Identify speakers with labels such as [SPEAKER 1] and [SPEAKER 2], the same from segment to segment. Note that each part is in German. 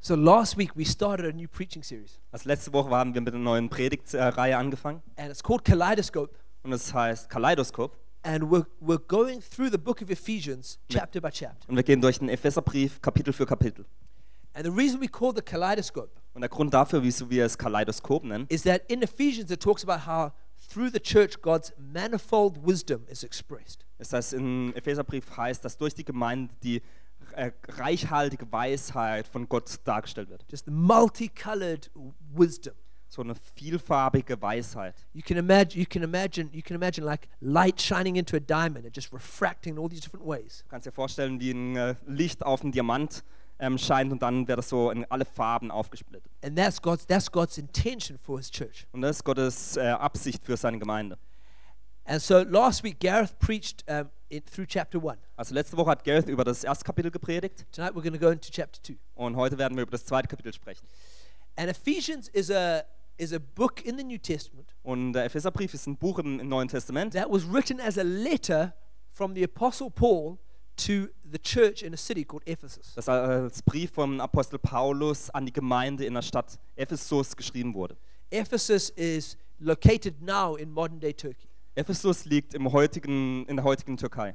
[SPEAKER 1] So last week we started a new preaching series,
[SPEAKER 2] Also letzte Woche haben wir mit einer neuen Predigtreihe angefangen
[SPEAKER 1] and it's called Kaleidoscope.
[SPEAKER 2] und das heißt Kaleidoskop.
[SPEAKER 1] And we're, we're going through the book of Ephesians chapter by chapter.
[SPEAKER 2] Und wir gehen durch den Epheserbrief Kapitel für Kapitel.
[SPEAKER 1] And the reason we call the Kaleidoscope
[SPEAKER 2] Und der Grund dafür, wieso wir es Kaleidoskop nennen,
[SPEAKER 1] is that in Ephesians it talks about how through the church God's manifold wisdom is expressed.
[SPEAKER 2] ist, dass im Epheserbrief heißt, dass durch die Gemeinde die äh, reichhaltige Weisheit von Gott dargestellt wird.
[SPEAKER 1] Just the multicolored wisdom.
[SPEAKER 2] So eine vielfarbige Weisheit.
[SPEAKER 1] You can imagine you can imagine you can imagine like light shining into a diamond and just refracting in all these different ways.
[SPEAKER 2] Du kannst dir vorstellen, wie ein äh, Licht auf einen Diamant ähm, scheint und dann wird das so in alle Farben aufgesplittet.
[SPEAKER 1] And that's God's that's God's intention for his church.
[SPEAKER 2] Und das ist Gottes äh, Absicht für seine Gemeinde.
[SPEAKER 1] And so last week Gareth preached um, it through chapter 1.
[SPEAKER 2] Also letzte Woche hat Gareth über das erste Kapitel gepredigt
[SPEAKER 1] Tonight we're going to go into chapter 2.
[SPEAKER 2] und heute werden wir über das zweite Kapitel sprechen.
[SPEAKER 1] And Ephesians is a is a book in the New Testament
[SPEAKER 2] Und der Epheserbrief ist ein Buch im, im Neuen Testament.
[SPEAKER 1] that was written as a letter from the apostle Paul to the church in a city called Ephesus.
[SPEAKER 2] das als Brief vom Apostel Paulus an die Gemeinde in der Stadt Ephesus geschrieben wurde.
[SPEAKER 1] Ephesus is located now in modern day Turkey.
[SPEAKER 2] Ephesus liegt im heutigen, in der heutigen Türkei.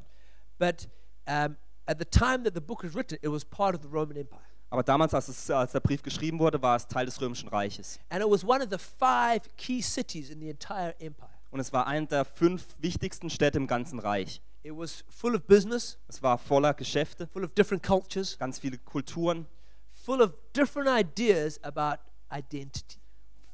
[SPEAKER 1] But um, at the time that the book was written, it was part of the Roman Empire.
[SPEAKER 2] Aber damals, als, es, als der Brief geschrieben wurde, war es Teil des Römischen Reiches.
[SPEAKER 1] And it was one of the five key cities in the entire empire.
[SPEAKER 2] Und es war eine der fünf wichtigsten Städte im ganzen Reich.
[SPEAKER 1] It was full of business,
[SPEAKER 2] Es war voller Geschäfte,
[SPEAKER 1] full of different cultures,
[SPEAKER 2] ganz viele Kulturen,
[SPEAKER 1] full of different ideas about identity.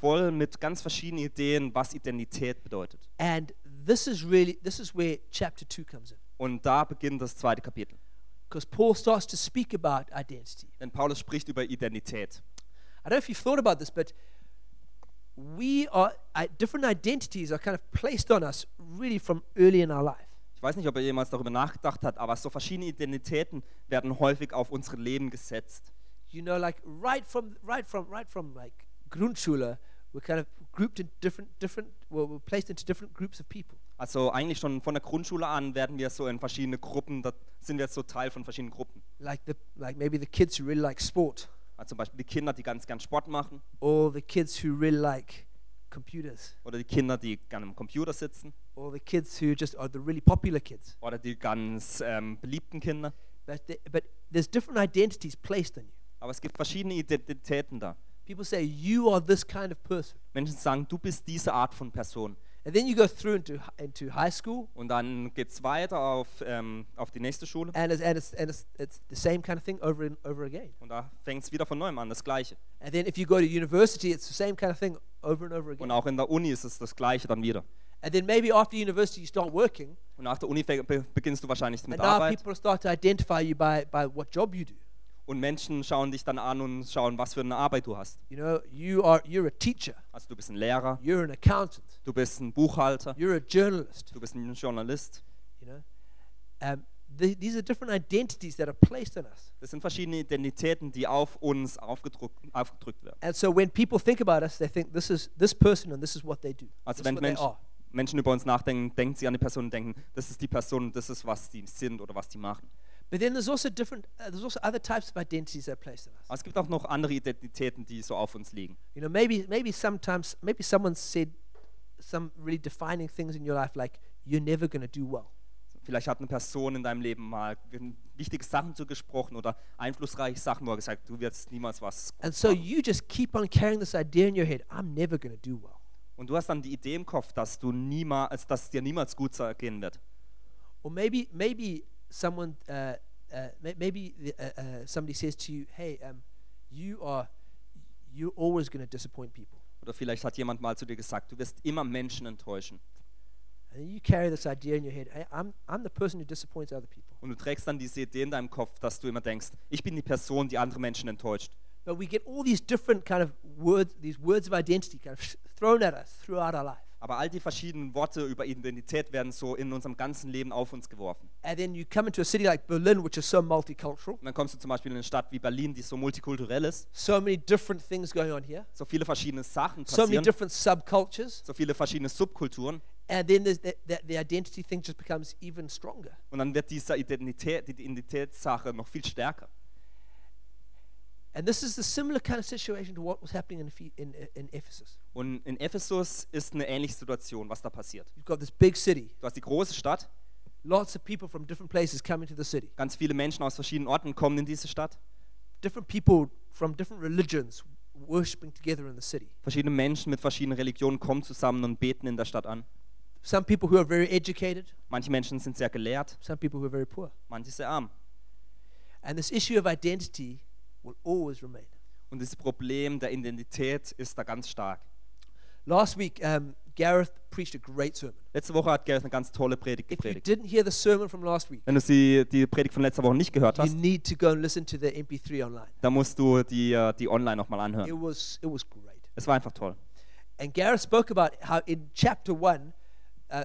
[SPEAKER 2] voll mit ganz verschiedenen Ideen, was Identität bedeutet.
[SPEAKER 1] And this is really this is where chapter 2 comes in.
[SPEAKER 2] Und da beginnt das zweite Kapitel.
[SPEAKER 1] Because Paul starts to speak about identity.
[SPEAKER 2] Denn Paulus spricht über Identität.
[SPEAKER 1] I don't know if you've thought about this, but we are I, different identities are kind of placed on us really from early in our life.
[SPEAKER 2] Ich weiß nicht, ob er jemals darüber nachgedacht hat, aber so verschiedene Identitäten werden häufig auf unsere Leben gesetzt.
[SPEAKER 1] You know, like right from right from right from like Grundschule, we're kind of grouped in different different well, we're placed into different groups of people.
[SPEAKER 2] Also eigentlich schon von der Grundschule an werden wir so in verschiedene Gruppen, da sind wir so Teil von verschiedenen Gruppen.
[SPEAKER 1] Like the like maybe the kids who really like sport,
[SPEAKER 2] Also zum Beispiel die Kinder, die ganz gern Sport machen
[SPEAKER 1] or the kids who really like computers,
[SPEAKER 2] oder die Kinder, die gern am Computer sitzen
[SPEAKER 1] or the kids who just are the really popular kids.
[SPEAKER 2] oder die ganz ähm, beliebten Kinder.
[SPEAKER 1] But the, but there's different identities placed on you.
[SPEAKER 2] Aber es gibt verschiedene Identitäten da.
[SPEAKER 1] People say you are this kind of person.
[SPEAKER 2] Menschen sagen, du bist diese Art von Person.
[SPEAKER 1] And then you go through into, hi- into high school,
[SPEAKER 2] Und dann geht es weiter auf, ähm, auf die nächste Schule
[SPEAKER 1] and, it's, and, it's, and it's, it's the same kind of thing over and over again.
[SPEAKER 2] und da fängt es wieder von neuem an, das Gleiche.
[SPEAKER 1] And then if you go to university, it's the same kind of thing over and over
[SPEAKER 2] Und
[SPEAKER 1] again.
[SPEAKER 2] auch in der Uni ist es das Gleiche dann wieder.
[SPEAKER 1] And then maybe after university, you start working,
[SPEAKER 2] Und nach der Uni fäng- be- beginnst du wahrscheinlich
[SPEAKER 1] and
[SPEAKER 2] mit
[SPEAKER 1] now
[SPEAKER 2] Arbeit.
[SPEAKER 1] people start to identify you by, by what job you do.
[SPEAKER 2] Und Menschen schauen dich dann an und schauen, was für eine Arbeit du hast.
[SPEAKER 1] You know, you are, you're a teacher,
[SPEAKER 2] Also du bist ein Lehrer,
[SPEAKER 1] you're an accountant,
[SPEAKER 2] du bist ein Buchhalter,
[SPEAKER 1] you're a journalist,
[SPEAKER 2] du bist ein Journalist.
[SPEAKER 1] you know. Um, th- these are different identities that are placed on us.
[SPEAKER 2] Das sind verschiedene Identitäten, die auf uns aufgedruckt, aufgedrückt werden.
[SPEAKER 1] And so when people think about us, they think this is this person and this is what they do.
[SPEAKER 2] Also
[SPEAKER 1] this
[SPEAKER 2] wenn
[SPEAKER 1] is what they
[SPEAKER 2] Mensch,
[SPEAKER 1] are.
[SPEAKER 2] Menschen über uns nachdenken, denken sie an die Person und denken, das ist die Person und das ist, was die sind oder was die machen.
[SPEAKER 1] But then there's also different. Uh, there's also other types of identities that are placed in
[SPEAKER 2] Aber
[SPEAKER 1] us.
[SPEAKER 2] es gibt auch noch andere Identitäten, die so auf uns liegen.
[SPEAKER 1] You know, maybe maybe sometimes maybe someone said some really defining things in your life, like you're never going to do well,
[SPEAKER 2] Vielleicht hat eine Person in deinem Leben mal wichtige Sachen zugesprochen oder einflussreiche Sachen, wo er gesagt hat, du wirst niemals was
[SPEAKER 1] and
[SPEAKER 2] gut
[SPEAKER 1] so
[SPEAKER 2] machen.
[SPEAKER 1] you just keep on carrying this idea in your head: I'm never going to do well.
[SPEAKER 2] Und du hast dann die Idee im Kopf, dass du niemals, dass es dir niemals gut sa- gehen wird.
[SPEAKER 1] Or maybe maybe someone uh, uh, may- maybe the, uh, uh, somebody says to you, "Hey, um, you are you're always going to disappoint people,"
[SPEAKER 2] Oder vielleicht hat jemand mal zu dir gesagt, du wirst immer Menschen enttäuschen.
[SPEAKER 1] and you carry this idea in your head: hey, I'm I'm the person who disappoints other people."
[SPEAKER 2] Und du trägst dann diese Idee in deinem Kopf, dass du immer denkst, ich bin die Person, die andere Menschen enttäuscht.
[SPEAKER 1] But we get all these different kind of words, these words of identity kind of thrown at us throughout our life.
[SPEAKER 2] Aber all die verschiedenen Worte über Identität werden so in unserem ganzen Leben auf uns geworfen.
[SPEAKER 1] And then you come into a city like Berlin, which is so multicultural,
[SPEAKER 2] Und dann kommst du zum Beispiel in eine Stadt wie Berlin, die so multikulturell ist,
[SPEAKER 1] so many different things going on here,
[SPEAKER 2] so viele verschiedene Sachen
[SPEAKER 1] so many
[SPEAKER 2] passieren,
[SPEAKER 1] different subcultures.
[SPEAKER 2] so viele verschiedene Subkulturen.
[SPEAKER 1] And then there's the, the, the identity thing just becomes even stronger.
[SPEAKER 2] Und dann wird diese Identität, die Identitätssache noch viel stärker.
[SPEAKER 1] And this is the similar kind of situation to what was happening in, Ephe- in, in Ephesus.
[SPEAKER 2] Und in Ephesus ist eine ähnliche Situation, was da passiert.
[SPEAKER 1] You've got this big city,
[SPEAKER 2] Du hast die große Stadt,
[SPEAKER 1] lots of people from different places coming to the city,
[SPEAKER 2] ganz viele Menschen aus verschiedenen Orten kommen in diese Stadt.
[SPEAKER 1] different people from different religions worshiping together in the city.
[SPEAKER 2] Verschiedene Menschen mit verschiedenen Religionen kommen zusammen und beten in der Stadt an.
[SPEAKER 1] Some people who are very educated,
[SPEAKER 2] Manche Menschen sind sehr gelehrt,
[SPEAKER 1] some people who are very poor.
[SPEAKER 2] manche sehr arm.
[SPEAKER 1] And this issue of identity will always remain.
[SPEAKER 2] Und das Problem der Identität ist da ganz stark.
[SPEAKER 1] Last week, um, Gareth preached a great sermon.
[SPEAKER 2] Letzte Woche hat Gareth eine ganz tolle Predigt
[SPEAKER 1] If you
[SPEAKER 2] gepredigt.
[SPEAKER 1] didn't hear the sermon from last week,
[SPEAKER 2] Wenn du sie, die Predigt von letzter Woche nicht gehört
[SPEAKER 1] you
[SPEAKER 2] hast,
[SPEAKER 1] need to go and listen to the MP3 online.
[SPEAKER 2] dann musst du die, äh, die online nochmal anhören.
[SPEAKER 1] It was, it was great.
[SPEAKER 2] Es war einfach toll.
[SPEAKER 1] And Gareth spoke about how in chapter one, uh,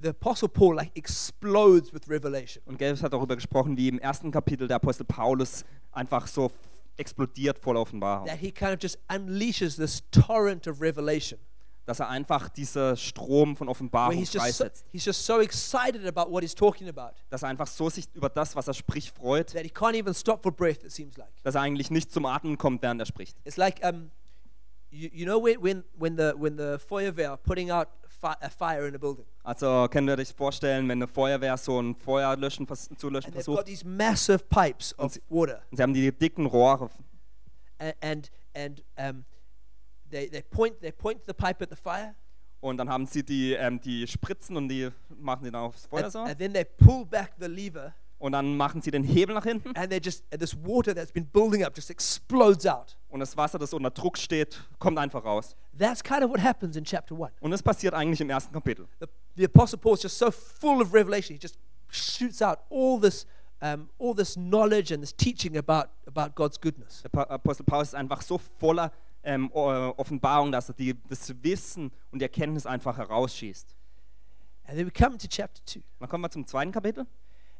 [SPEAKER 1] the Apostle Paul like explodes with revelation.
[SPEAKER 2] Und Gareth hat darüber gesprochen, wie im ersten Kapitel der Apostel Paulus einfach so f- explodiert voll Offenbarung.
[SPEAKER 1] That he kind of just unleashes this torrent of revelation,
[SPEAKER 2] Dass er einfach dieser Strom von
[SPEAKER 1] where
[SPEAKER 2] Offenbarung
[SPEAKER 1] he's just so,
[SPEAKER 2] freisetzt.
[SPEAKER 1] he's just so excited about what he's talking about
[SPEAKER 2] Dass er einfach so sich über das, was er spricht, freut,
[SPEAKER 1] that he can't even stop for breath. It seems like
[SPEAKER 2] dass er eigentlich nicht zum Atmen kommt, während er spricht.
[SPEAKER 1] it's like um, you, you know when, when when the when the Feuerwehr are putting out fi- a fire in a building,
[SPEAKER 2] Also könnt ihr euch vorstellen, wenn eine Feuerwehr so ein Feuer löschen, vers zu löschen
[SPEAKER 1] and they've got
[SPEAKER 2] versucht.
[SPEAKER 1] these massive pipes of water,
[SPEAKER 2] Und sie haben die dicken Rohre
[SPEAKER 1] and and, and um, they, they point they point the pipe at the fire,
[SPEAKER 2] und dann haben sie die, ähm, die Spritzen und die machen die dann aufs Feuer
[SPEAKER 1] and,
[SPEAKER 2] so.
[SPEAKER 1] and then they pull back the lever,
[SPEAKER 2] Und dann machen sie den Hebel nach hinten
[SPEAKER 1] and they just and this water that's been building up just explodes out.
[SPEAKER 2] und das Wasser, das unter Druck steht, kommt einfach raus.
[SPEAKER 1] That's kind of what happens in chapter one.
[SPEAKER 2] Und das passiert eigentlich im ersten Kapitel.
[SPEAKER 1] The, the apostle Paul is just so full of revelation; he just shoots out all this, um, all this knowledge and this teaching about about God's goodness.
[SPEAKER 2] Der pa Apostel Paulus ist einfach so voller ähm, O- äh, Offenbarung, dass er die, das Wissen und die Erkenntnis einfach herausschießt. Und
[SPEAKER 1] And then we come to chapter two,
[SPEAKER 2] dann kommen wir zum zweiten Kapitel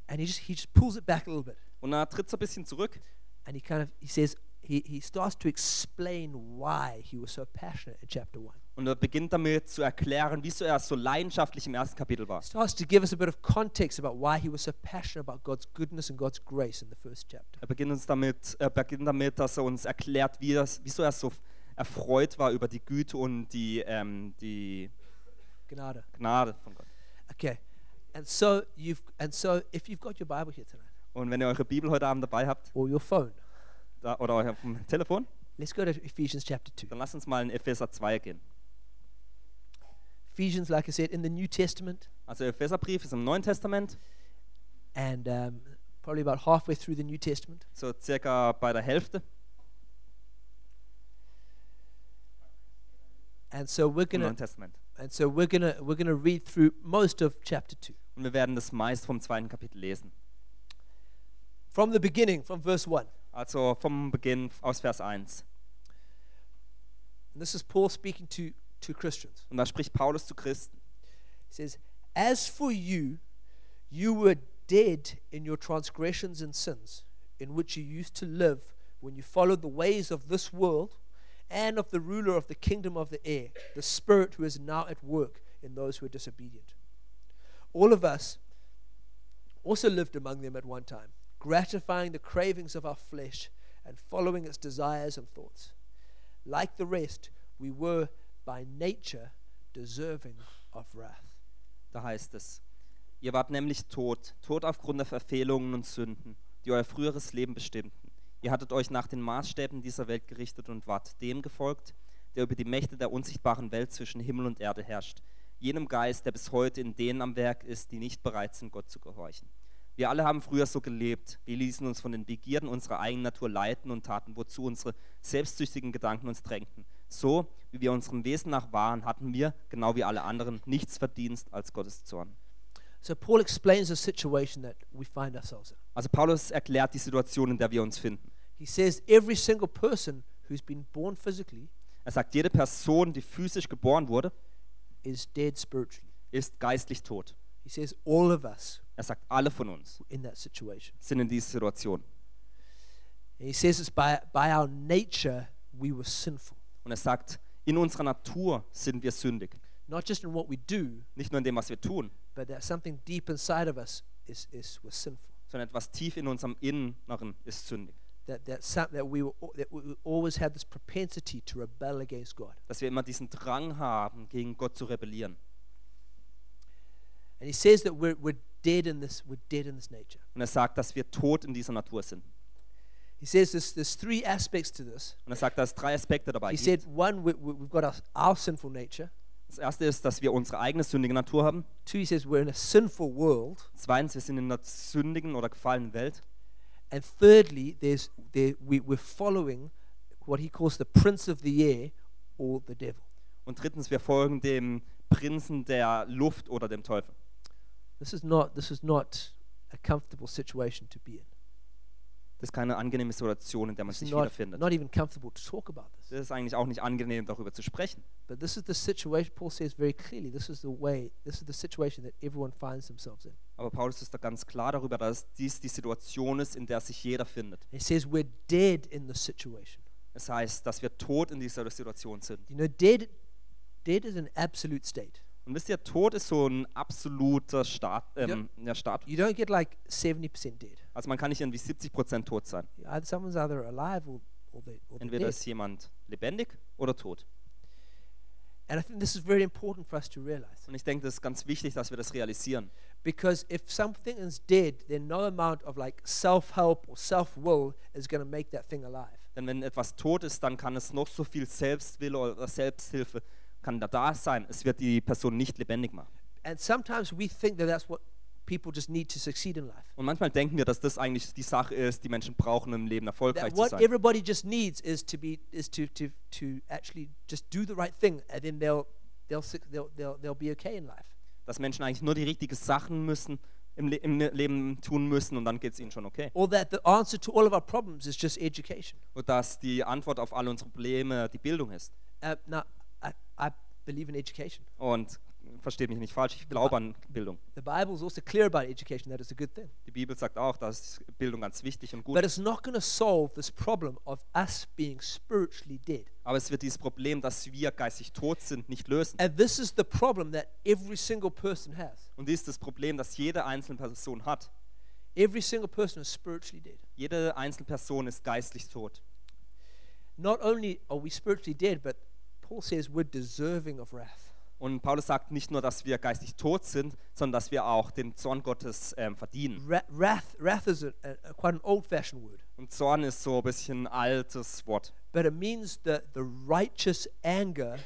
[SPEAKER 1] and he just he just pulls it back a little bit,
[SPEAKER 2] und er tritt so ein bisschen zurück
[SPEAKER 1] and he kind of he says he, he starts to explain why he was so passionate in chapter one.
[SPEAKER 2] und er beginnt damit zu erklären, wieso er so leidenschaftlich im ersten Kapitel war.
[SPEAKER 1] Starts to give us a bit of context about why he was so passionate about God's goodness and God's grace in the first chapter.
[SPEAKER 2] Er beginnt, uns damit, er beginnt damit, dass er uns erklärt, wie das, wieso er so erfreut war über die Güte und die, ähm, die
[SPEAKER 1] Gnade.
[SPEAKER 2] Gnade von Gott.
[SPEAKER 1] Okay. And so you've and so if you've got your Bible here tonight
[SPEAKER 2] Und wenn ihr eure Bibel heute Abend dabei habt
[SPEAKER 1] or your phone,
[SPEAKER 2] da, oder euer vom Telefon,
[SPEAKER 1] let's go to Ephesians chapter two.
[SPEAKER 2] dann lasst uns mal in Epheser 2 gehen.
[SPEAKER 1] Ephesians, like I said, in the New Testament,
[SPEAKER 2] Also der Epheserbrief ist im Neuen Testament,
[SPEAKER 1] and um, probably about halfway through the New Testament.
[SPEAKER 2] so circa bei der Hälfte.
[SPEAKER 1] And so we're
[SPEAKER 2] Im
[SPEAKER 1] gonna
[SPEAKER 2] Neuen Testament.
[SPEAKER 1] and so we're gonna we're gonna read through most of chapter two.
[SPEAKER 2] Und wir werden das meist vom zweiten Kapitel lesen.
[SPEAKER 1] From the beginning, from verse one.
[SPEAKER 2] Also vom Beginn aus Vers 1.
[SPEAKER 1] And this is Paul speaking to, to Christians.
[SPEAKER 2] Und da spricht Paulus zu Christen.
[SPEAKER 1] He says, As for you, you were dead in your transgressions and sins, in which you used to live when you followed the ways of this world and of the ruler of the kingdom of the air, the spirit who is now at work in those who are disobedient. All of us also lived among them at one time, gratifying the cravings of our flesh and following its desires and thoughts. Like the rest, we were by nature deserving of wrath.
[SPEAKER 2] Da heißt es, ihr wart nämlich tot, tot aufgrund der Verfehlungen und Sünden, die euer früheres Leben bestimmten. Ihr hattet euch nach den Maßstäben dieser Welt gerichtet und wart dem gefolgt, der über die Mächte der unsichtbaren Welt zwischen Himmel und Erde herrscht, jenem Geist, der bis heute in denen am Werk ist, die nicht bereit sind, Gott zu gehorchen. Wir alle haben früher so gelebt. Wir ließen uns von den Begierden unserer eigenen Natur leiten und taten, wozu unsere selbstsüchtigen Gedanken uns drängten. So, wie wir unserem Wesen nach waren, hatten wir, genau wie alle anderen, nichts Verdienst als Gottes Zorn.
[SPEAKER 1] So Paul explains the situation that we find ourselves in.
[SPEAKER 2] Also Paulus erklärt die Situation, in der wir uns finden.
[SPEAKER 1] He says every single person who's been born physically
[SPEAKER 2] Er sagt, jede Person, die physisch geboren wurde,
[SPEAKER 1] is dead spiritually.
[SPEAKER 2] ist geistlich tot.
[SPEAKER 1] He says all of us
[SPEAKER 2] Er sagt, alle von uns
[SPEAKER 1] were in that situation.
[SPEAKER 2] sind in dieser Situation.
[SPEAKER 1] And he says it's by, by our nature we were sinful,
[SPEAKER 2] Und er sagt, in unserer Natur sind wir sündig.
[SPEAKER 1] not just in what we do,
[SPEAKER 2] Nicht nur in dem, was wir tun,
[SPEAKER 1] but that something deep inside of us is, is was sinful.
[SPEAKER 2] sondern etwas tief in unserem Inneren ist sündig.
[SPEAKER 1] that that, some, that we were al- that we we always had this propensity to rebel against God.
[SPEAKER 2] dass wir immer diesen Drang haben, gegen Gott zu rebellieren.
[SPEAKER 1] And he says that we're, we're dead in this we're dead in this nature.
[SPEAKER 2] Und er sagt, dass wir tot in dieser Natur sind.
[SPEAKER 1] He says this, there's three aspects to this.
[SPEAKER 2] Und er sagt, dass es drei Aspekte dabei
[SPEAKER 1] He
[SPEAKER 2] gibt.
[SPEAKER 1] said one we, we- we've got our, our sinful nature.
[SPEAKER 2] Das erste ist, dass wir unsere eigene sündige Natur haben.
[SPEAKER 1] Two he says we're in a sinful world.
[SPEAKER 2] Zweitens, wir sind in einer sündigen oder gefallenen Welt.
[SPEAKER 1] And thirdly, there's there, we, we're following what he calls the prince of the air or the devil.
[SPEAKER 2] Und drittens, wir folgen dem Prinzen der Luft oder dem Teufel.
[SPEAKER 1] This is not this is not a comfortable situation to be in.
[SPEAKER 2] Das ist keine angenehme Situation, in der man
[SPEAKER 1] It's
[SPEAKER 2] sich
[SPEAKER 1] not,
[SPEAKER 2] wiederfindet.
[SPEAKER 1] not even comfortable to talk about this.
[SPEAKER 2] Das ist eigentlich auch nicht angenehm, darüber zu sprechen.
[SPEAKER 1] But this is the situation Paul says very clearly, this is the way this is the situation that everyone finds themselves in.
[SPEAKER 2] Aber Paulus ist da ganz klar darüber, dass dies die Situation ist, in der sich jeder findet.
[SPEAKER 1] He says we're dead in this situation.
[SPEAKER 2] Das heißt, dass wir tot in dieser Situation sind.
[SPEAKER 1] You know, dead dead is an absolute state.
[SPEAKER 2] Und wisst ihr, Tod ist so ein absoluter Staat. Ähm, ja. Staat.
[SPEAKER 1] You don't get like 70% dead.
[SPEAKER 2] Also man kann nicht irgendwie 70% tot sein.
[SPEAKER 1] Either someone's either alive or, or, they, or they're
[SPEAKER 2] Entweder
[SPEAKER 1] dead.
[SPEAKER 2] ist jemand lebendig oder tot.
[SPEAKER 1] And I think this is very important for us to realize.
[SPEAKER 2] Und ich denke, das ist ganz wichtig, dass wir das realisieren.
[SPEAKER 1] Because if something is dead, then no amount of like self help or self will is going to make that thing alive.
[SPEAKER 2] Denn wenn etwas tot ist, dann kann es noch so viel Selbstwille oder Selbsthilfe kann da, da sein. Es wird die Person nicht lebendig machen.
[SPEAKER 1] And sometimes we think that that's what people just need to succeed in life.
[SPEAKER 2] Und manchmal denken wir, dass das eigentlich die Sache ist, die Menschen brauchen, im Leben
[SPEAKER 1] That
[SPEAKER 2] erfolgreich zu
[SPEAKER 1] what
[SPEAKER 2] sein.
[SPEAKER 1] everybody just needs is to be is to, to, to actually just do the right thing, and then they'll they'll suc- they'll they'll, they'll be okay in life.
[SPEAKER 2] Dass Menschen eigentlich nur die richtigen Sachen müssen, im, Le im Leben tun müssen und dann geht es ihnen schon okay.
[SPEAKER 1] Or that the answer to all of our problems is just education.
[SPEAKER 2] Und dass die Antwort auf alle unsere Probleme die Bildung ist.
[SPEAKER 1] Uh, now, I, I believe in education.
[SPEAKER 2] Und versteht mich nicht falsch, ich glaube an Bildung.
[SPEAKER 1] The Bible is also clear about education that it's a good thing.
[SPEAKER 2] Die Bibel sagt auch, dass Bildung ganz wichtig und gut
[SPEAKER 1] But
[SPEAKER 2] ist.
[SPEAKER 1] it's not going to solve this problem of us being spiritually dead.
[SPEAKER 2] Aber es wird dieses Problem, dass wir geistig tot sind, nicht lösen.
[SPEAKER 1] And this is the problem that every single person has.
[SPEAKER 2] Und dies ist das Problem, das jede einzelne Person hat.
[SPEAKER 1] Every single person is spiritually dead.
[SPEAKER 2] Jede einzelne Person ist geistlich tot.
[SPEAKER 1] Not only are we spiritually dead, but Paul says we're deserving of wrath.
[SPEAKER 2] Und Paulus sagt nicht nur, dass wir geistig tot sind, sondern dass wir auch den Zorn Gottes ähm, verdienen.
[SPEAKER 1] Ra- wrath, wrath is a, a, a quite an old fashioned word,
[SPEAKER 2] Und Zorn ist so ein bisschen ein altes Wort.
[SPEAKER 1] but it means the, the righteous anger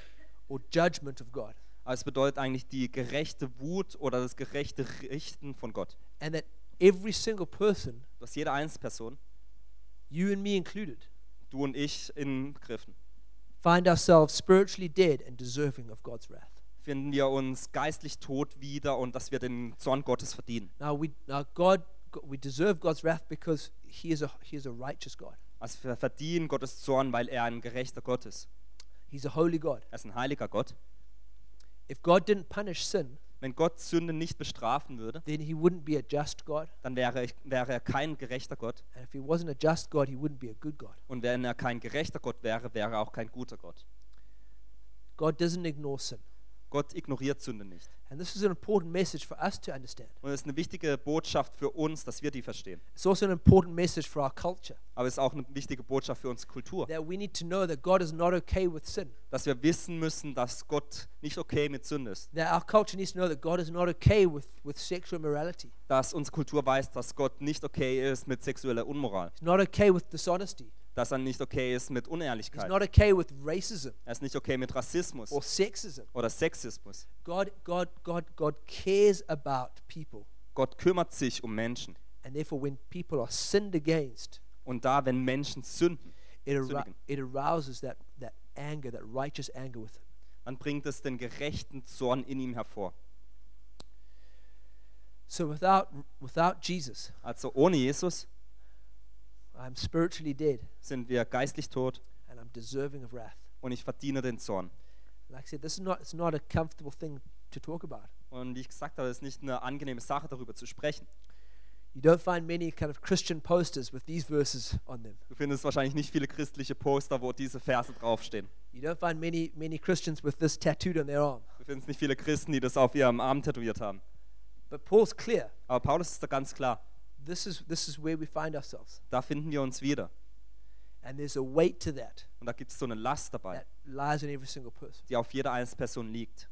[SPEAKER 1] or judgment of God.
[SPEAKER 2] Aber es bedeutet eigentlich die gerechte Wut oder das gerechte Richten von Gott.
[SPEAKER 1] And that every single person,
[SPEAKER 2] Dass jede einzelne Person,
[SPEAKER 1] you and me included,
[SPEAKER 2] du und ich in Griffen,
[SPEAKER 1] find ourselves spiritually dead and deserving of God's wrath.
[SPEAKER 2] finden wir uns geistlich tot wieder und dass wir den Zorn Gottes verdienen.
[SPEAKER 1] Now we now God we deserve God's wrath because he is a he is a righteous God.
[SPEAKER 2] Also wir verdienen Gottes Zorn, weil er ein gerechter Gott ist.
[SPEAKER 1] He's a holy God.
[SPEAKER 2] Er ist ein heiliger Gott.
[SPEAKER 1] If God didn't punish sin,
[SPEAKER 2] Wenn Gott Sünde nicht bestrafen würde,
[SPEAKER 1] then he wouldn't be a just God.
[SPEAKER 2] dann wäre, ich, wäre er kein gerechter Gott.
[SPEAKER 1] And if he wasn't a just God, he wouldn't be a good God.
[SPEAKER 2] Und wenn er kein gerechter Gott wäre, wäre er auch kein guter Gott.
[SPEAKER 1] God doesn't ignore sin.
[SPEAKER 2] Gott ignoriert Sünde nicht.
[SPEAKER 1] And this is an important message for us to understand.
[SPEAKER 2] Und es ist eine wichtige Botschaft für uns, dass wir die verstehen.
[SPEAKER 1] It's also an important message for our culture
[SPEAKER 2] Aber es ist auch eine wichtige Botschaft für unsere Kultur,
[SPEAKER 1] that we need to know that God is not okay with sin.
[SPEAKER 2] dass wir wissen müssen, dass Gott nicht okay mit Sünde ist.
[SPEAKER 1] That our culture needs to know that God is not okay with, with sexual immorality.
[SPEAKER 2] Dass unsere Kultur weiß, dass Gott nicht okay ist mit sexueller Unmoral.
[SPEAKER 1] He's not okay with dishonesty.
[SPEAKER 2] Dass er nicht okay ist mit
[SPEAKER 1] He's
[SPEAKER 2] Unehrlichkeit.
[SPEAKER 1] not okay with racism
[SPEAKER 2] Er ist nicht okay mit Rassismus
[SPEAKER 1] or sexism.
[SPEAKER 2] oder Sexismus.
[SPEAKER 1] God, God, God, God cares about people.
[SPEAKER 2] Gott kümmert sich um Menschen.
[SPEAKER 1] And therefore, when people are sinned against,
[SPEAKER 2] Und da, wenn Menschen sünden,
[SPEAKER 1] it, arou-
[SPEAKER 2] Sündigen.
[SPEAKER 1] it arouses that, that anger, that righteous anger with them.
[SPEAKER 2] dann bringt es den gerechten Zorn in ihm hervor.
[SPEAKER 1] So without, without Jesus,
[SPEAKER 2] Also ohne Jesus
[SPEAKER 1] I'm spiritually dead
[SPEAKER 2] sind wir geistlich tot
[SPEAKER 1] and I'm deserving of wrath.
[SPEAKER 2] und ich verdiene den Zorn.
[SPEAKER 1] Like I said, this is not, it's not a comfortable thing to talk about.
[SPEAKER 2] Und wie ich gesagt habe, es ist nicht eine angenehme Sache, darüber zu sprechen.
[SPEAKER 1] You don't find many kind of Christian posters with these verses on them.
[SPEAKER 2] Du findest wahrscheinlich nicht viele christliche Poster, wo diese Verse draufstehen.
[SPEAKER 1] You don't find many, many Christians with this tattooed on their arm.
[SPEAKER 2] Du findest nicht viele Christen, die das auf ihrem Arm tätowiert haben.
[SPEAKER 1] But Paul's clear.
[SPEAKER 2] Aber Paulus ist da ganz klar,
[SPEAKER 1] This is, this is where we find ourselves.
[SPEAKER 2] da finden wir uns wieder.
[SPEAKER 1] And there's a weight to that
[SPEAKER 2] Und da gibt es so eine Last dabei,
[SPEAKER 1] that lies on every single person.
[SPEAKER 2] die auf jeder einzelnen Person liegt.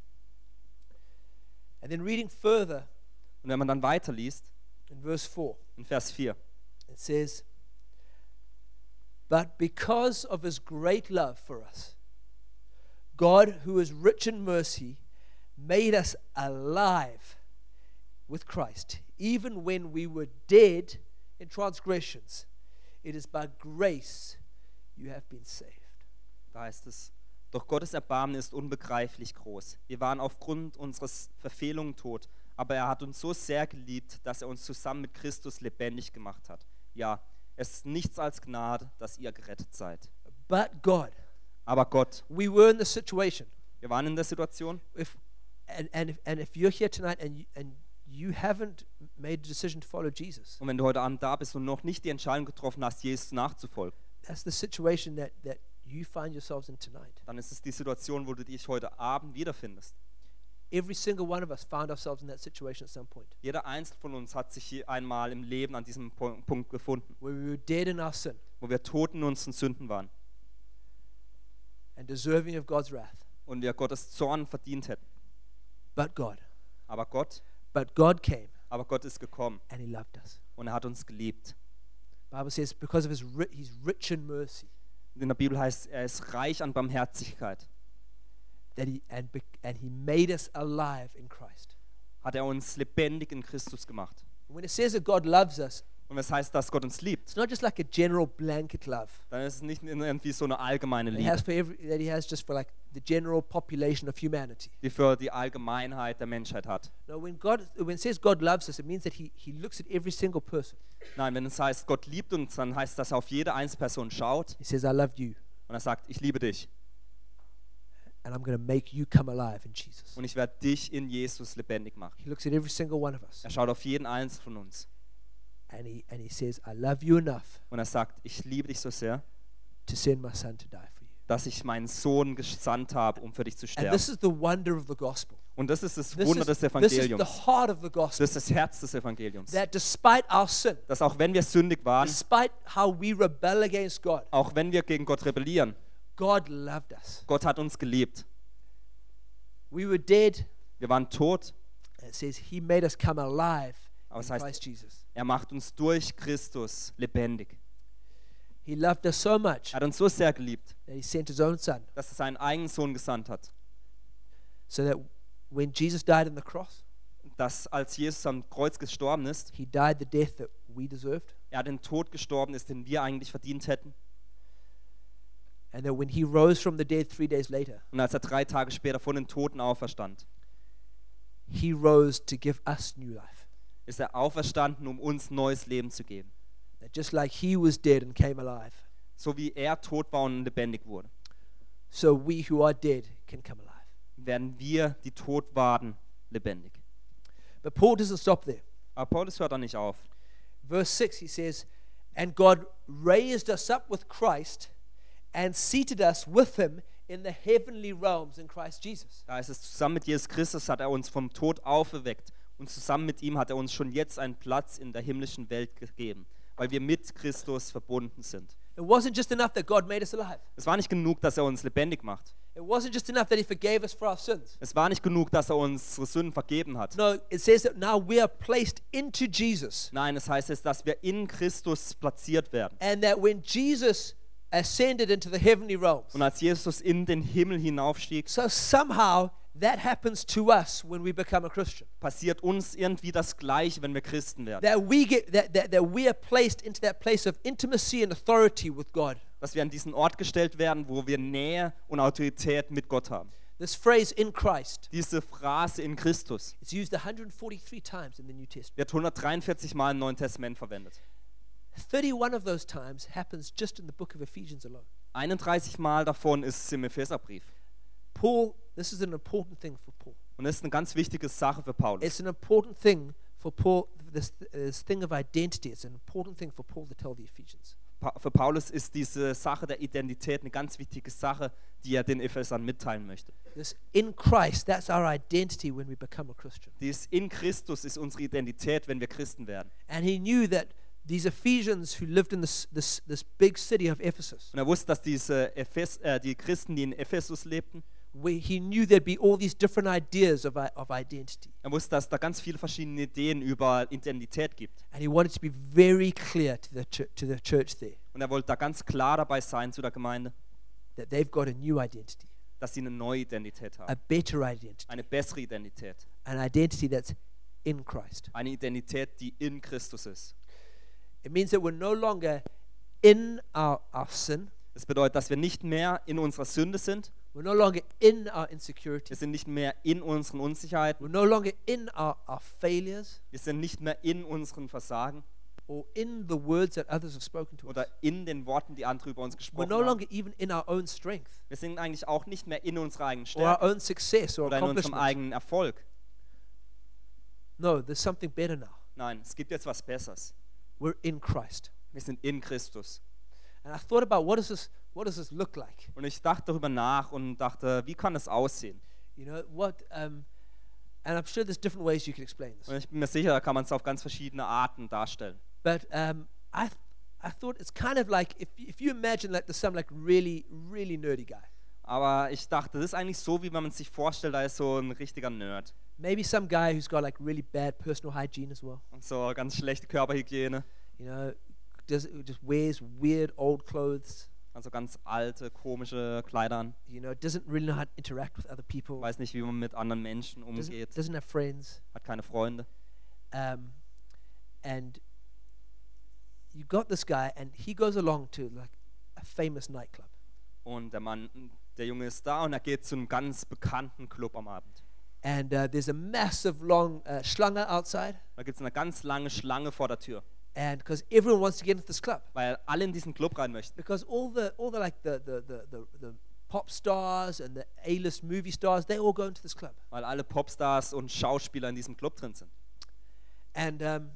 [SPEAKER 1] And then reading further
[SPEAKER 2] Und wenn man dann weiterliest,
[SPEAKER 1] in verse 4,
[SPEAKER 2] in Vers 4,
[SPEAKER 1] it says, But because of his great love for us, God, who is rich in mercy, made us alive with Christ, even when we were dead in transgressions. It is by grace you have been saved.
[SPEAKER 2] Da heißt es, doch Gottes Erbarmen ist unbegreiflich groß. Wir waren aufgrund unseres Verfehlungen tot, aber er hat uns so sehr geliebt, dass er uns zusammen mit Christus lebendig gemacht hat. Ja, es ist nichts als Gnade, dass ihr gerettet seid.
[SPEAKER 1] But God,
[SPEAKER 2] Aber Gott,
[SPEAKER 1] we were in the situation.
[SPEAKER 2] wir waren in der Situation,
[SPEAKER 1] if and, and if and if you're here tonight and you, and you haven't made a decision to follow Jesus,
[SPEAKER 2] und wenn du heute Abend da bist und noch nicht die Entscheidung getroffen hast, Jesus nachzufolgen,
[SPEAKER 1] that's the situation that that you find yourselves in tonight.
[SPEAKER 2] dann ist es die Situation, wo du dich heute Abend wiederfindest.
[SPEAKER 1] Every single one of us found ourselves in that situation at some point
[SPEAKER 2] Jeder Einzelne von uns hat sich hier einmal im Leben an diesem Po- Punkt gefunden,
[SPEAKER 1] where we were dead in our sin
[SPEAKER 2] wo wir tot in unseren Sünden waren
[SPEAKER 1] and deserving of God's wrath.
[SPEAKER 2] und wir Gottes Zorn verdient hätten.
[SPEAKER 1] But God,
[SPEAKER 2] Aber Gott,
[SPEAKER 1] but God came
[SPEAKER 2] aber Gott ist gekommen
[SPEAKER 1] and He loved us.
[SPEAKER 2] und er hat uns geliebt.
[SPEAKER 1] Bible says because of His ri- He's rich in mercy
[SPEAKER 2] Und In der Bibel heißt es, er ist reich an Barmherzigkeit.
[SPEAKER 1] that He and bec- and He made us alive in Christ.
[SPEAKER 2] Hat er uns lebendig in Christus gemacht.
[SPEAKER 1] When it says that God loves us,
[SPEAKER 2] Und was heißt, dass Gott uns liebt?
[SPEAKER 1] it's not just like a general blanket love.
[SPEAKER 2] Dann ist es nicht irgendwie so eine allgemeine
[SPEAKER 1] that he has
[SPEAKER 2] Liebe,
[SPEAKER 1] for every, that he has just for like the general population of humanity.
[SPEAKER 2] die für die Allgemeinheit der Menschheit hat.
[SPEAKER 1] Now, when God when it says God loves us, it means that he, he looks at every single person.
[SPEAKER 2] Nein, wenn es heißt, Gott liebt uns, dann heißt das, er auf jede einzelne Person schaut
[SPEAKER 1] He says, "I love you,
[SPEAKER 2] und er sagt, ich liebe dich
[SPEAKER 1] and I'm going to make you come alive in Jesus."
[SPEAKER 2] und ich werde dich in Jesus lebendig machen.
[SPEAKER 1] He looks at every single one of us,
[SPEAKER 2] Er schaut auf jeden einzelnen von uns
[SPEAKER 1] and he and he says, "I love you enough
[SPEAKER 2] und er sagt, ich liebe dich so sehr,
[SPEAKER 1] to send my son to die for you."
[SPEAKER 2] dass ich meinen Sohn gesandt habe, um für dich zu
[SPEAKER 1] And
[SPEAKER 2] sterben.
[SPEAKER 1] this is the wonder of the gospel.
[SPEAKER 2] Und das ist das
[SPEAKER 1] This
[SPEAKER 2] Wunder
[SPEAKER 1] is,
[SPEAKER 2] des
[SPEAKER 1] this is the
[SPEAKER 2] Evangeliums.
[SPEAKER 1] heart of the gospel.
[SPEAKER 2] Das ist das Herz des Evangeliums.
[SPEAKER 1] That despite our sin,
[SPEAKER 2] Dass auch wenn wir sündig waren,
[SPEAKER 1] despite how we rebel against God,
[SPEAKER 2] auch wenn wir gegen Gott rebellieren,
[SPEAKER 1] God loved us.
[SPEAKER 2] Gott hat uns geliebt.
[SPEAKER 1] We were dead,
[SPEAKER 2] Wir waren tot,
[SPEAKER 1] and it says He made us come alive
[SPEAKER 2] aber es
[SPEAKER 1] in
[SPEAKER 2] heißt,
[SPEAKER 1] Christ Jesus.
[SPEAKER 2] er macht uns durch Christus lebendig.
[SPEAKER 1] He loved us so much
[SPEAKER 2] Er hat uns so sehr geliebt,
[SPEAKER 1] that he sent his own son.
[SPEAKER 2] dass er seinen eigenen Sohn gesandt hat.
[SPEAKER 1] So that when Jesus died on the cross,
[SPEAKER 2] Dass als Jesus am Kreuz gestorben ist,
[SPEAKER 1] he died the death that we deserved.
[SPEAKER 2] er den Tod gestorben ist, den wir eigentlich verdient hätten.
[SPEAKER 1] And that when he rose from the dead three days later,
[SPEAKER 2] Und als er drei Tage später von den Toten auferstand,
[SPEAKER 1] he rose to give us new life.
[SPEAKER 2] ist er auferstanden, um uns neues Leben zu geben.
[SPEAKER 1] That just like he was dead and came alive,
[SPEAKER 2] So wie er tot war und lebendig wurde,
[SPEAKER 1] so we who are dead can come alive.
[SPEAKER 2] werden wir, die tot waren, lebendig.
[SPEAKER 1] But Paul doesn't stop there.
[SPEAKER 2] Aber Paulus hört da nicht auf.
[SPEAKER 1] Verse 6, he says, And God raised us up with Christ and seated us with him in the heavenly realms in Christ Jesus.
[SPEAKER 2] Da ist es, zusammen mit Jesus Christus hat er uns vom Tod auferweckt und zusammen mit ihm hat er uns schon jetzt einen Platz in der himmlischen Welt gegeben, weil wir mit Christus verbunden sind.
[SPEAKER 1] It wasn't just enough that God made us alive.
[SPEAKER 2] Es war nicht genug, dass er uns lebendig macht.
[SPEAKER 1] It wasn't just enough that he forgave us for our sins.
[SPEAKER 2] Es war nicht genug, dass er unsere Sünden vergeben hat.
[SPEAKER 1] No, it says that now we are placed into Jesus.
[SPEAKER 2] Nein, es heißt jetzt, dass wir in Christus platziert werden.
[SPEAKER 1] And that when Jesus ascended into the heavenly realms,
[SPEAKER 2] Und als Jesus in den Himmel hinaufstieg,
[SPEAKER 1] so somehow that happens to us when we become a Christian.
[SPEAKER 2] passiert uns irgendwie das Gleiche, wenn wir Christen werden.
[SPEAKER 1] That we get that, that, that we are placed into that place of intimacy and authority with God.
[SPEAKER 2] Dass wir an diesen Ort gestellt werden, wo wir Nähe und Autorität mit Gott haben.
[SPEAKER 1] This phrase in Christ,
[SPEAKER 2] Diese Phrase in Christus
[SPEAKER 1] it's used 143 times in the New Testament.
[SPEAKER 2] wird 143 Mal im Neuen Testament verwendet.
[SPEAKER 1] 31 of those times happens just in the book of Ephesians alone.
[SPEAKER 2] 31 Mal davon ist es im Epheserbrief.
[SPEAKER 1] Paul, this is an important thing for Paul.
[SPEAKER 2] Und das ist eine ganz wichtige Sache für Paulus.
[SPEAKER 1] It's an important thing for Paul, this, this thing of identity. It's an important thing for Paul to tell the Ephesians.
[SPEAKER 2] Pa für Paulus ist diese Sache der Identität eine ganz wichtige Sache, die er den Ephesern mitteilen möchte.
[SPEAKER 1] This in Christ, that's our identity when we become a Christian.
[SPEAKER 2] Dies in Christus ist unsere Identität, wenn wir Christen werden.
[SPEAKER 1] And he knew that these Ephesians who lived in this, this, this big city of Ephesus,
[SPEAKER 2] Und er wusste, dass diese Ephes äh, die Christen, die in Ephesus lebten,
[SPEAKER 1] where he knew there'd be all these different ideas of, i- of identity.
[SPEAKER 2] er wusste, dass da ganz viele verschiedene Ideen über Identität gibt.
[SPEAKER 1] And he wanted to be very clear to the, chur to the church there
[SPEAKER 2] Und er wollte da ganz klar dabei sein zu der Gemeinde,
[SPEAKER 1] that they've got a new identity,
[SPEAKER 2] dass sie eine neue Identität
[SPEAKER 1] a
[SPEAKER 2] haben.
[SPEAKER 1] better identity,
[SPEAKER 2] Eine bessere Identität.
[SPEAKER 1] an identity that's in Christ.
[SPEAKER 2] Eine Identität, die in Christus ist.
[SPEAKER 1] It means that we're no longer in our, our sin,
[SPEAKER 2] Das bedeutet, dass wir nicht mehr in unserer Sünde sind.
[SPEAKER 1] we're no longer in our insecurity,
[SPEAKER 2] Wir sind nicht mehr in unseren
[SPEAKER 1] we're
[SPEAKER 2] Unsicherheiten.
[SPEAKER 1] no longer in our, our failures
[SPEAKER 2] Wir sind nicht mehr in unseren Versagen
[SPEAKER 1] or in the words that others have spoken to
[SPEAKER 2] oder
[SPEAKER 1] us.
[SPEAKER 2] in den Worten, die andere über uns
[SPEAKER 1] We're
[SPEAKER 2] gesprochen
[SPEAKER 1] no
[SPEAKER 2] haben.
[SPEAKER 1] longer even in our own strength
[SPEAKER 2] Wir sind eigentlich auch nicht mehr in unserer eigenen
[SPEAKER 1] or our
[SPEAKER 2] Stärke
[SPEAKER 1] own success or
[SPEAKER 2] oder in unserem
[SPEAKER 1] accomplishment.
[SPEAKER 2] eigenen Erfolg.
[SPEAKER 1] No, there's something better now.
[SPEAKER 2] Nein, es gibt jetzt was Besseres.
[SPEAKER 1] We're in Christ.
[SPEAKER 2] Wir sind in Christus.
[SPEAKER 1] And I thought about what does this what does this look like?
[SPEAKER 2] Und ich dachte darüber nach und dachte, wie kann das aussehen?
[SPEAKER 1] You know what? Um, and I'm sure there's different ways you can explain
[SPEAKER 2] Und
[SPEAKER 1] this.
[SPEAKER 2] ich bin mir sicher, da kann man es auf ganz verschiedene Arten darstellen.
[SPEAKER 1] But um, I th- I thought it's kind of like if if you imagine like there's some like really really nerdy guy,
[SPEAKER 2] Aber ich dachte, das ist eigentlich so, wie wenn man sich vorstellt, da ist so ein richtiger Nerd.
[SPEAKER 1] maybe some guy who's got like really bad personal hygiene as well.
[SPEAKER 2] Und so ganz schlechte Körperhygiene.
[SPEAKER 1] You know, does just wears weird old clothes.
[SPEAKER 2] Also ganz alte, komische Kleider an.
[SPEAKER 1] You know, doesn't really know how to interact with other people.
[SPEAKER 2] Weiß nicht, wie man mit anderen Menschen
[SPEAKER 1] Doesn't,
[SPEAKER 2] umgeht.
[SPEAKER 1] doesn't have friends.
[SPEAKER 2] Hat keine Freunde.
[SPEAKER 1] um, and you got this guy, and he goes along to like a famous nightclub,
[SPEAKER 2] Und der Mann, der Junge ist da und er geht zu einem ganz bekannten Club am Abend.
[SPEAKER 1] and uh, there's a massive long uh, schlange outside,
[SPEAKER 2] Da gibt es eine ganz lange Schlange vor der Tür,
[SPEAKER 1] and because everyone wants to get into this club,
[SPEAKER 2] weil alle in diesen Club rein möchten.
[SPEAKER 1] because all the all the like the the the, the, the pop stars and the A-list movie stars, they all go into this club,
[SPEAKER 2] Weil alle Popstars und Schauspieler in diesem Club drin sind.
[SPEAKER 1] and um,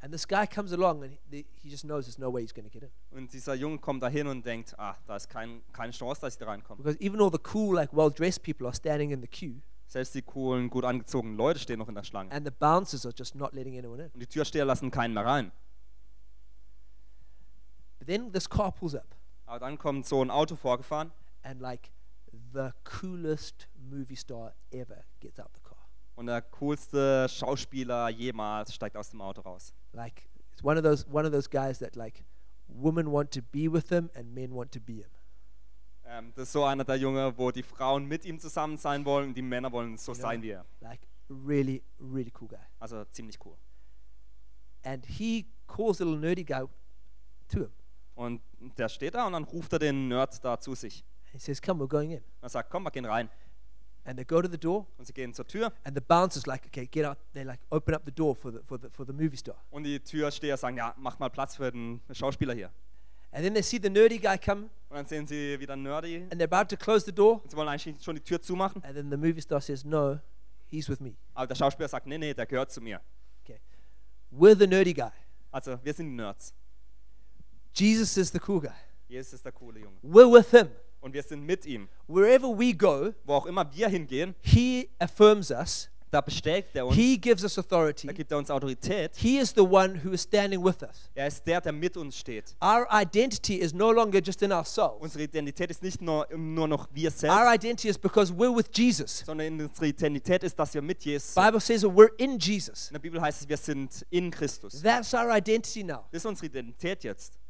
[SPEAKER 1] and this guy comes along, and he, the, he just knows there's no way he's going to get in,
[SPEAKER 2] Und dieser Junge kommt da hin und denkt, ah, da ist kein, keine Chance, dass ich da reinkomme.
[SPEAKER 1] because even all the cool like well-dressed people are standing in the queue,
[SPEAKER 2] Selbst die coolen, gut angezogenen Leute stehen noch in der Schlange.
[SPEAKER 1] and the bouncers are just not letting anyone in.
[SPEAKER 2] Und die Türsteher lassen keinen mehr rein.
[SPEAKER 1] But then this car pulls up.
[SPEAKER 2] Aber dann kommt so ein Auto vorgefahren
[SPEAKER 1] and like the coolest movie star ever gets out the car.
[SPEAKER 2] und der coolste Schauspieler jemals steigt aus dem Auto raus.
[SPEAKER 1] Like it's one of those one of those guys that like women want to be with him and men want to be him.
[SPEAKER 2] Ähm, das ist so einer der Junge, wo die Frauen mit ihm zusammen sein wollen und die Männer wollen so
[SPEAKER 1] Ja.
[SPEAKER 2] sein wie er.
[SPEAKER 1] Like really really cool guy.
[SPEAKER 2] Also ziemlich cool.
[SPEAKER 1] And he calls the little nerdy guy to him.
[SPEAKER 2] Und der steht da und dann ruft er den Nerd da zu sich.
[SPEAKER 1] He says, "Come, we're going in."
[SPEAKER 2] Er sagt, komm, wir gehen rein.
[SPEAKER 1] And they go to the door,
[SPEAKER 2] Und sie gehen zur Tür
[SPEAKER 1] and the bouncer's like, "Okay, get out." They like open up the door for the for the for the movie star.
[SPEAKER 2] und die Türsteher sagen, ja, mach mal Platz für den Schauspieler hier.
[SPEAKER 1] And then they see the nerdy guy come,
[SPEAKER 2] Und dann sehen sie wieder einen Nerdy
[SPEAKER 1] and they're about to close the door,
[SPEAKER 2] und sie wollen eigentlich schon die Tür zumachen.
[SPEAKER 1] and then the movie star says, "No, he's with me.
[SPEAKER 2] Aber der Schauspieler sagt, nee, nee, der gehört zu mir.
[SPEAKER 1] We're the nerdy guy.
[SPEAKER 2] Also wir sind die Nerds.
[SPEAKER 1] Jesus is the cool guy."
[SPEAKER 2] Jesus ist der coole Junge.
[SPEAKER 1] We're with him.
[SPEAKER 2] Und wir sind mit ihm.
[SPEAKER 1] Wherever we go,
[SPEAKER 2] Wo auch immer wir hingehen,
[SPEAKER 1] he affirms us.
[SPEAKER 2] da bestärkt er uns,
[SPEAKER 1] He gives us
[SPEAKER 2] da
[SPEAKER 1] authority.
[SPEAKER 2] gibt er uns Autorität.
[SPEAKER 1] He is the one who is standing with us.
[SPEAKER 2] Er ist der, der mit uns steht.
[SPEAKER 1] Our identity is no longer just in ourselves.
[SPEAKER 2] Unsere Identität ist nicht nur, nur noch wir
[SPEAKER 1] Our
[SPEAKER 2] selbst,
[SPEAKER 1] identity is because we're with Jesus.
[SPEAKER 2] sondern unsere Identität ist, dass wir mit Jesus sind.
[SPEAKER 1] Bible says that we're in Jesus.
[SPEAKER 2] In der Bibel heißt es, wir sind in Christus. Das
[SPEAKER 1] That's our identity now.
[SPEAKER 2] ist unsere Identität jetzt.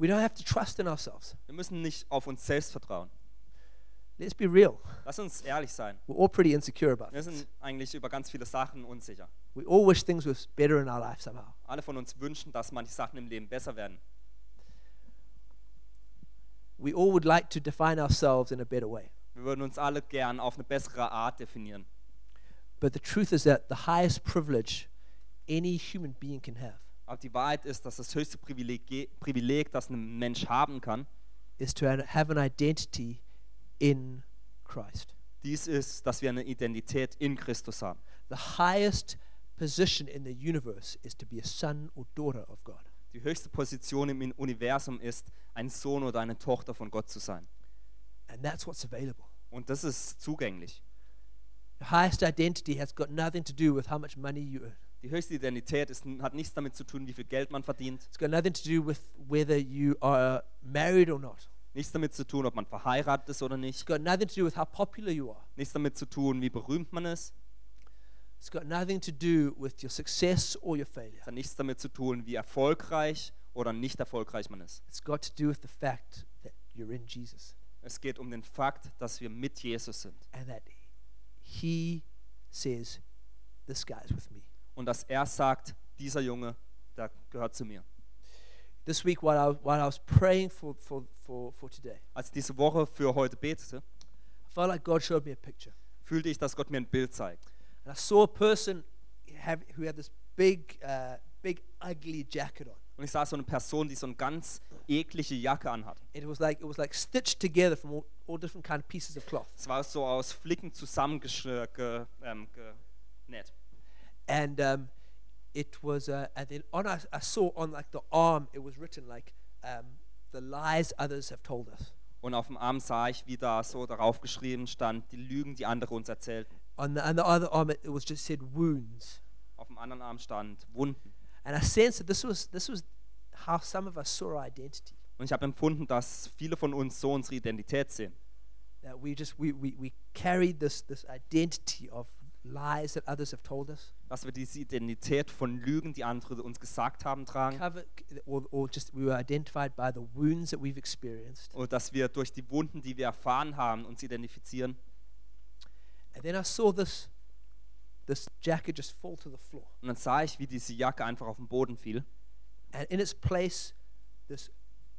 [SPEAKER 1] We don't have to trust in ourselves.
[SPEAKER 2] Wir müssen nicht auf uns selbst vertrauen.
[SPEAKER 1] Let's be real.
[SPEAKER 2] Lass uns ehrlich sein.
[SPEAKER 1] We're all pretty insecure about
[SPEAKER 2] Wir
[SPEAKER 1] this.
[SPEAKER 2] sind eigentlich über ganz viele Sachen unsicher.
[SPEAKER 1] We all wish things were better in our life somehow.
[SPEAKER 2] Alle von uns wünschen, dass manche Sachen im Leben besser werden.
[SPEAKER 1] We all would like to define ourselves in a better way.
[SPEAKER 2] Wir würden uns alle gern auf eine bessere Art definieren.
[SPEAKER 1] But the truth is that the highest privilege any human being can have
[SPEAKER 2] Aber die Wahrheit ist, dass das höchste Privileg, Privileg das ein Mensch haben kann,
[SPEAKER 1] is to ha- have an identity in Christ.
[SPEAKER 2] dies ist, dass wir eine Identität in Christus haben.
[SPEAKER 1] The highest position in the universe is to be a son or daughter of God.
[SPEAKER 2] Die höchste Position im Universum ist, ein Sohn oder eine Tochter von Gott zu sein.
[SPEAKER 1] And that's what's available.
[SPEAKER 2] Und das ist zugänglich.
[SPEAKER 1] The highest identity has got nothing to do with how much money you earn.
[SPEAKER 2] Die höchste Identität ist, hat nichts damit zu tun, wie viel Geld man verdient,
[SPEAKER 1] It's got nothing to do with whether you are married or not.
[SPEAKER 2] nichts damit zu tun, ob man verheiratet ist oder nicht,
[SPEAKER 1] It's got nothing to do with how popular you are.
[SPEAKER 2] nichts damit zu tun, wie berühmt man ist,
[SPEAKER 1] It's got nothing to do with your success or your failure.
[SPEAKER 2] es hat nichts damit zu tun, wie erfolgreich oder nicht erfolgreich man ist.
[SPEAKER 1] It's got to do with the fact that you're in Jesus
[SPEAKER 2] Es geht um den Fakt, dass wir mit Jesus sind
[SPEAKER 1] and that He says, This guy's with me.
[SPEAKER 2] und dass er sagt, dieser Junge, der gehört zu mir.
[SPEAKER 1] This week, while I, while I was praying for, for, for, for today,
[SPEAKER 2] Als ich diese Woche für heute betete,
[SPEAKER 1] I felt like God showed me a picture.
[SPEAKER 2] fühlte ich, dass Gott mir ein Bild zeigt.
[SPEAKER 1] And I saw a person have, who had this big, uh, big, ugly jacket on.
[SPEAKER 2] Und ich sah so eine Person, die so eine ganz eklige Jacke anhat.
[SPEAKER 1] It was like it was like stitched together from all, all different kind of pieces of cloth.
[SPEAKER 2] Es war so aus Flicken zusammengenäht. Ge, ähm, genäht.
[SPEAKER 1] and um, it was uh, and then on I, I saw on like the arm it was written like um, the lies others have told us
[SPEAKER 2] und auf dem Arm sah ich, wie da so darauf geschrieben stand, die Lügen, die andere uns erzählten.
[SPEAKER 1] on the, on the other arm it, it was just said wounds
[SPEAKER 2] Auf dem anderen Arm stand Wunden.
[SPEAKER 1] and I sensed that this was this was how some of us saw our identity
[SPEAKER 2] Und ich habe empfunden, dass viele von uns so unsere Identität sehen.
[SPEAKER 1] that we just we, we, we carried this this identity of lies that others have told us
[SPEAKER 2] Dass wir diese Identität von Lügen, die andere uns gesagt haben, tragen.
[SPEAKER 1] cover, or, or just we were identified by the wounds that we've experienced
[SPEAKER 2] Und dass wir durch die Wunden, die wir erfahren haben, uns identifizieren.
[SPEAKER 1] and then I saw this this jacket just fall to the floor
[SPEAKER 2] Und dann sah ich, wie diese Jacke einfach auf den Boden fiel.
[SPEAKER 1] and in its place, this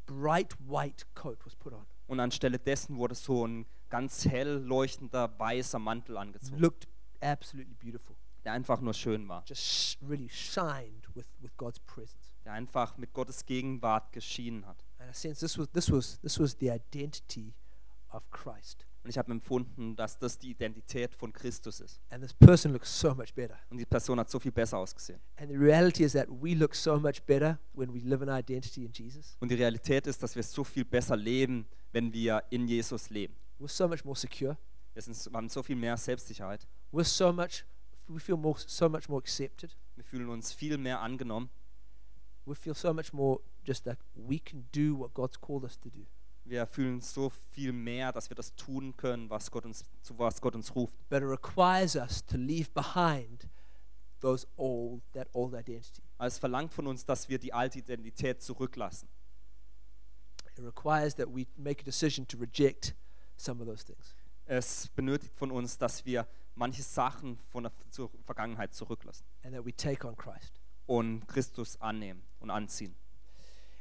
[SPEAKER 1] bright white coat was put on.
[SPEAKER 2] Und anstelle dessen wurde so ein ganz hell leuchtender weißer Mantel angezogen,
[SPEAKER 1] Looked absolutely beautiful.
[SPEAKER 2] der einfach nur schön war,
[SPEAKER 1] Just sh- really shined with, with God's presence.
[SPEAKER 2] der einfach mit Gottes Gegenwart geschienen hat.
[SPEAKER 1] And I sense this was this was this was the identity of Christ.
[SPEAKER 2] Und ich habe empfunden, dass das die Identität von Christus ist.
[SPEAKER 1] And this person looks so much better.
[SPEAKER 2] Und die Person hat so viel besser ausgesehen.
[SPEAKER 1] And the reality is that we look so much better when we live an identity in Jesus.
[SPEAKER 2] Und die Realität ist, dass wir so viel besser leben, wenn wir in Jesus leben.
[SPEAKER 1] We're so much more secure.
[SPEAKER 2] Wir, sind, wir haben so viel mehr Selbstsicherheit.
[SPEAKER 1] We're so much we feel more so much more accepted.
[SPEAKER 2] Wir fühlen uns viel mehr angenommen.
[SPEAKER 1] We feel so much more just like we can do what God's called us to do.
[SPEAKER 2] Wir fühlen so viel mehr, dass wir das tun können, was Gott uns, zu was Gott uns ruft.
[SPEAKER 1] but it requires us to leave behind those old that old identity.
[SPEAKER 2] Aber es verlangt von uns, dass wir die alte Identität zurücklassen.
[SPEAKER 1] It requires that we make a decision to reject some of those things.
[SPEAKER 2] Es benötigt von uns, dass wir manche Sachen von der zur Vergangenheit zurücklassen
[SPEAKER 1] And that we take on Christ.
[SPEAKER 2] und Christus annehmen und anziehen.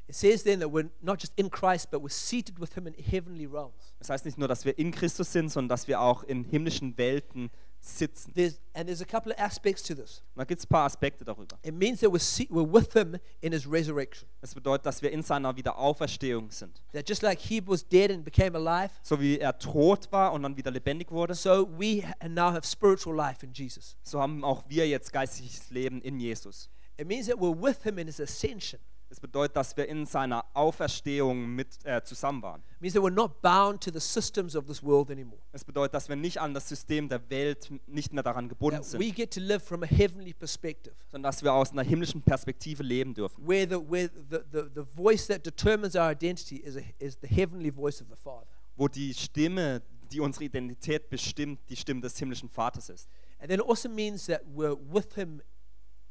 [SPEAKER 1] It says then that we're not just in Christ, but we're seated with him in heavenly realms.
[SPEAKER 2] Das heißt nicht nur, dass wir in Christus sind, sondern dass wir auch in himmlischen Welten sitzen.
[SPEAKER 1] There's, and there's a couple of aspects to this.
[SPEAKER 2] Und da gibt es ein paar Aspekte darüber.
[SPEAKER 1] It means that we're, se- we're with him in his resurrection.
[SPEAKER 2] Das bedeutet, dass wir in seiner Wiederauferstehung sind.
[SPEAKER 1] That just like he was dead and became alive,
[SPEAKER 2] So wie er tot war und dann wieder lebendig wurde,
[SPEAKER 1] so we ha- now have spiritual life in Jesus.
[SPEAKER 2] so haben auch wir jetzt geistliches Leben in Jesus.
[SPEAKER 1] It means that we're with him in his ascension.
[SPEAKER 2] Das bedeutet, dass wir in seiner Auferstehung mit äh, zusammen waren.
[SPEAKER 1] It means that we're not bound to the systems of this world anymore.
[SPEAKER 2] Das bedeutet, dass wir nicht an das System der Welt nicht mehr daran gebunden
[SPEAKER 1] that we
[SPEAKER 2] sind,
[SPEAKER 1] get to live from a heavenly perspective,
[SPEAKER 2] sondern dass wir aus einer himmlischen Perspektive leben dürfen.
[SPEAKER 1] where the, where the, the, the voice that determines our identity is, a, is the heavenly voice of the Father.
[SPEAKER 2] Wo die Stimme, die unsere Identität bestimmt, die Stimme des himmlischen Vaters ist.
[SPEAKER 1] And then it also means that we're with Him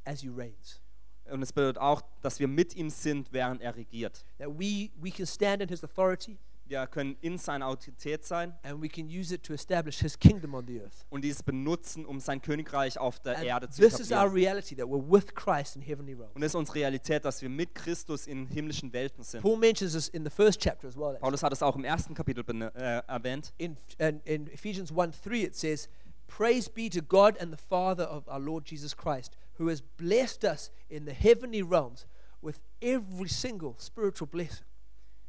[SPEAKER 1] as He reigns,
[SPEAKER 2] Und es bedeutet auch, dass wir mit ihm sind, während er regiert.
[SPEAKER 1] that we, we can stand in His authority
[SPEAKER 2] Wir können in seiner Autorität sein
[SPEAKER 1] and we can use it to establish His kingdom on the earth.
[SPEAKER 2] und dies benutzen, um sein Königreich auf der
[SPEAKER 1] And
[SPEAKER 2] Erde zu
[SPEAKER 1] this is our
[SPEAKER 2] etablieren.
[SPEAKER 1] reality that we're with Christ in heavenly realms.
[SPEAKER 2] Und es ist unsere Realität, dass wir mit Christus in himmlischen Welten sind.
[SPEAKER 1] Paul mentions this in the first chapter as well. actually.
[SPEAKER 2] Paulus hat es auch im ersten Kapitel bene- äh, erwähnt.
[SPEAKER 1] In, in, in Ephesians 1 3, it says, Praise be to God and the Father of our Lord Jesus Christ, who has blessed us in the heavenly realms with every single spiritual blessing.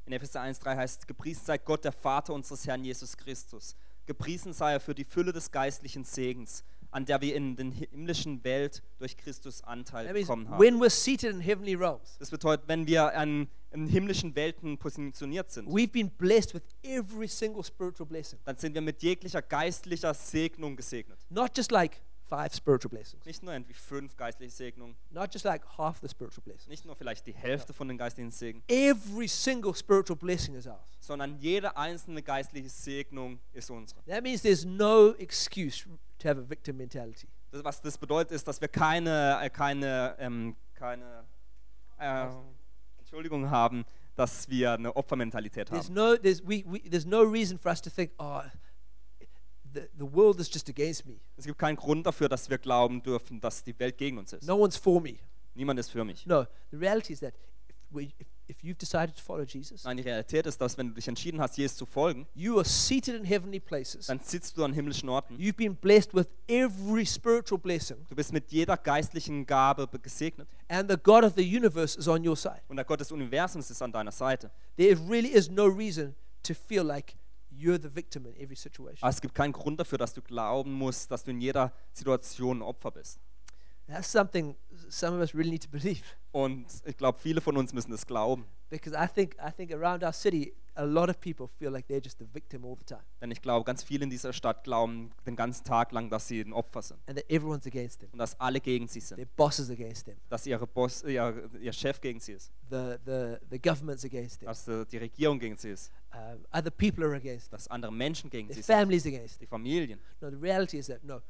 [SPEAKER 2] In Epheser 1,3 heißt: Gepriesen sei Gott, der Vater unseres Herrn Jesus Christus. Gepriesen sei er für die Fülle des geistlichen Segens, an der wir in den himmlischen Welt durch Christus Anteil
[SPEAKER 1] That means
[SPEAKER 2] bekommen haben.
[SPEAKER 1] when we're seated in heavenly realms,
[SPEAKER 2] Das bedeutet, wenn wir an, in himmlischen Welten positioniert sind,
[SPEAKER 1] we've been blessed with every single spiritual blessing.
[SPEAKER 2] dann sind wir mit jeglicher geistlicher Segnung gesegnet.
[SPEAKER 1] Not just like five spiritual blessings.
[SPEAKER 2] Nicht nur irgendwie fünf geistliche Segnungen,
[SPEAKER 1] Not just like half the spiritual blessings.
[SPEAKER 2] nicht nur vielleicht die Hälfte von den geistlichen Segen,
[SPEAKER 1] Every single spiritual blessing is ours.
[SPEAKER 2] sondern jede einzelne geistliche Segnung ist unsere.
[SPEAKER 1] That means there's no excuse to have a victim mentality.
[SPEAKER 2] Das, was das bedeutet, ist, dass wir keine, äh, keine, ähm, keine äh, Entschuldigung haben, dass wir eine Opfermentalität
[SPEAKER 1] There's
[SPEAKER 2] haben.
[SPEAKER 1] no, there's, we, we, there's no reason for us to think, oh, the, the world is just against me.
[SPEAKER 2] Es gibt keinen Grund dafür, dass wir glauben dürfen, dass die Welt gegen uns ist.
[SPEAKER 1] No one's for me.
[SPEAKER 2] Niemand ist für mich.
[SPEAKER 1] No, the reality is that if, we, if, if you've decided to follow Jesus,
[SPEAKER 2] Nein, die Realität ist, dass wenn du dich entschieden hast, Jesus zu folgen,
[SPEAKER 1] you are seated in heavenly places.
[SPEAKER 2] dann sitzt du an himmlischen Orten.
[SPEAKER 1] You've been blessed with every spiritual blessing,
[SPEAKER 2] Du bist mit jeder geistlichen Gabe be- gesegnet
[SPEAKER 1] and the God of the universe is on your side.
[SPEAKER 2] und der Gott des Universums ist an deiner Seite.
[SPEAKER 1] There really is no reason to feel like you're the victim in every situation.
[SPEAKER 2] Aber es gibt keinen Grund dafür, dass du glauben musst, dass du in jeder Situation ein Opfer bist.
[SPEAKER 1] That's something some of us really need to believe.
[SPEAKER 2] Und ich glaube, viele von uns müssen das glauben.
[SPEAKER 1] Because I think, I think around our city, a lot of people feel like they're just the victim all the time
[SPEAKER 2] Denn ich glaube, ganz viele in dieser Stadt glauben den ganzen Tag lang, dass sie ein Opfer sind
[SPEAKER 1] and that everyone's against them.
[SPEAKER 2] und dass alle gegen sie sind,
[SPEAKER 1] Their boss is against them.
[SPEAKER 2] dass ihre Boss, äh, ihr, ihr Chef gegen sie ist,
[SPEAKER 1] The, the, the government's against them.
[SPEAKER 2] dass äh, die Regierung gegen sie ist,
[SPEAKER 1] Um, other people are against them.
[SPEAKER 2] dass andere Menschen gegen sie
[SPEAKER 1] Their
[SPEAKER 2] sind,
[SPEAKER 1] families against them.
[SPEAKER 2] die Familien.
[SPEAKER 1] No, the reality is that, no,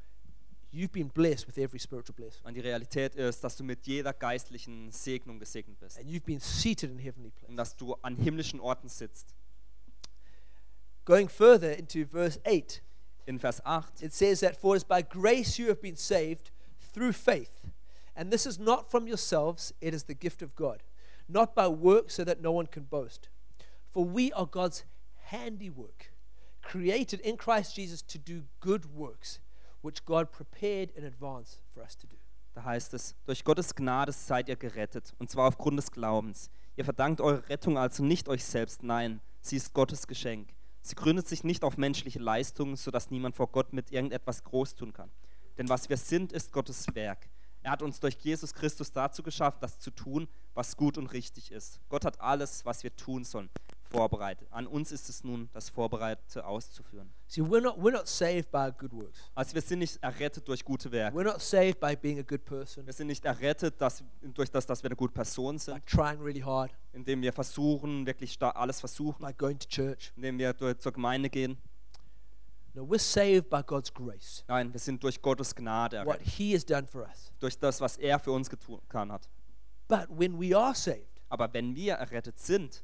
[SPEAKER 1] you've been blessed with every spiritual blessing
[SPEAKER 2] Und die Realität ist, dass du mit jeder geistlichen Segnung gesegnet bist
[SPEAKER 1] and you've been seated in heavenly places.
[SPEAKER 2] und dass du an himmlischen Orten sitzt.
[SPEAKER 1] Going further into verse 8,
[SPEAKER 2] In Vers 8
[SPEAKER 1] it says that for as by grace you have been saved through faith and this is not from yourselves it is the gift of god not by works so that no one can boast for we are god's handiwork created in christ jesus to do good works which god prepared in advance for us to do
[SPEAKER 2] Da heißt es, durch Gottes Gnade seid ihr gerettet, und zwar aufgrund des Glaubens. Ihr verdankt eure Rettung also nicht euch selbst, nein, sie ist Gottes Geschenk. Sie gründet sich nicht auf menschliche Leistungen, sodass niemand vor Gott mit irgendetwas groß tun kann. Denn was wir sind, ist Gottes Werk. Er hat uns durch Jesus Christus dazu geschafft, das zu tun, was gut und richtig ist. Gott hat alles, was wir tun sollen, vorbereitet. An uns ist es nun, das Vorbereitete auszuführen.
[SPEAKER 1] see we're not we're not saved by our good works
[SPEAKER 2] Also wir sind nicht errettet durch gute Werke.
[SPEAKER 1] we're not saved by being a good person
[SPEAKER 2] Wir sind nicht errettet dass, durch das, dass wir eine gute Person sind.
[SPEAKER 1] by trying really hard
[SPEAKER 2] indem wir versuchen, wirklich sta- alles versuchen,
[SPEAKER 1] by going to church
[SPEAKER 2] indem wir dur- zur Gemeinde gehen.
[SPEAKER 1] no we're saved by god's grace
[SPEAKER 2] Nein, wir sind durch Gottes Gnade
[SPEAKER 1] what
[SPEAKER 2] errettet,
[SPEAKER 1] he has done for us
[SPEAKER 2] durch das, was er für uns getan hat.
[SPEAKER 1] but when we are saved
[SPEAKER 2] Aber wenn wir errettet sind,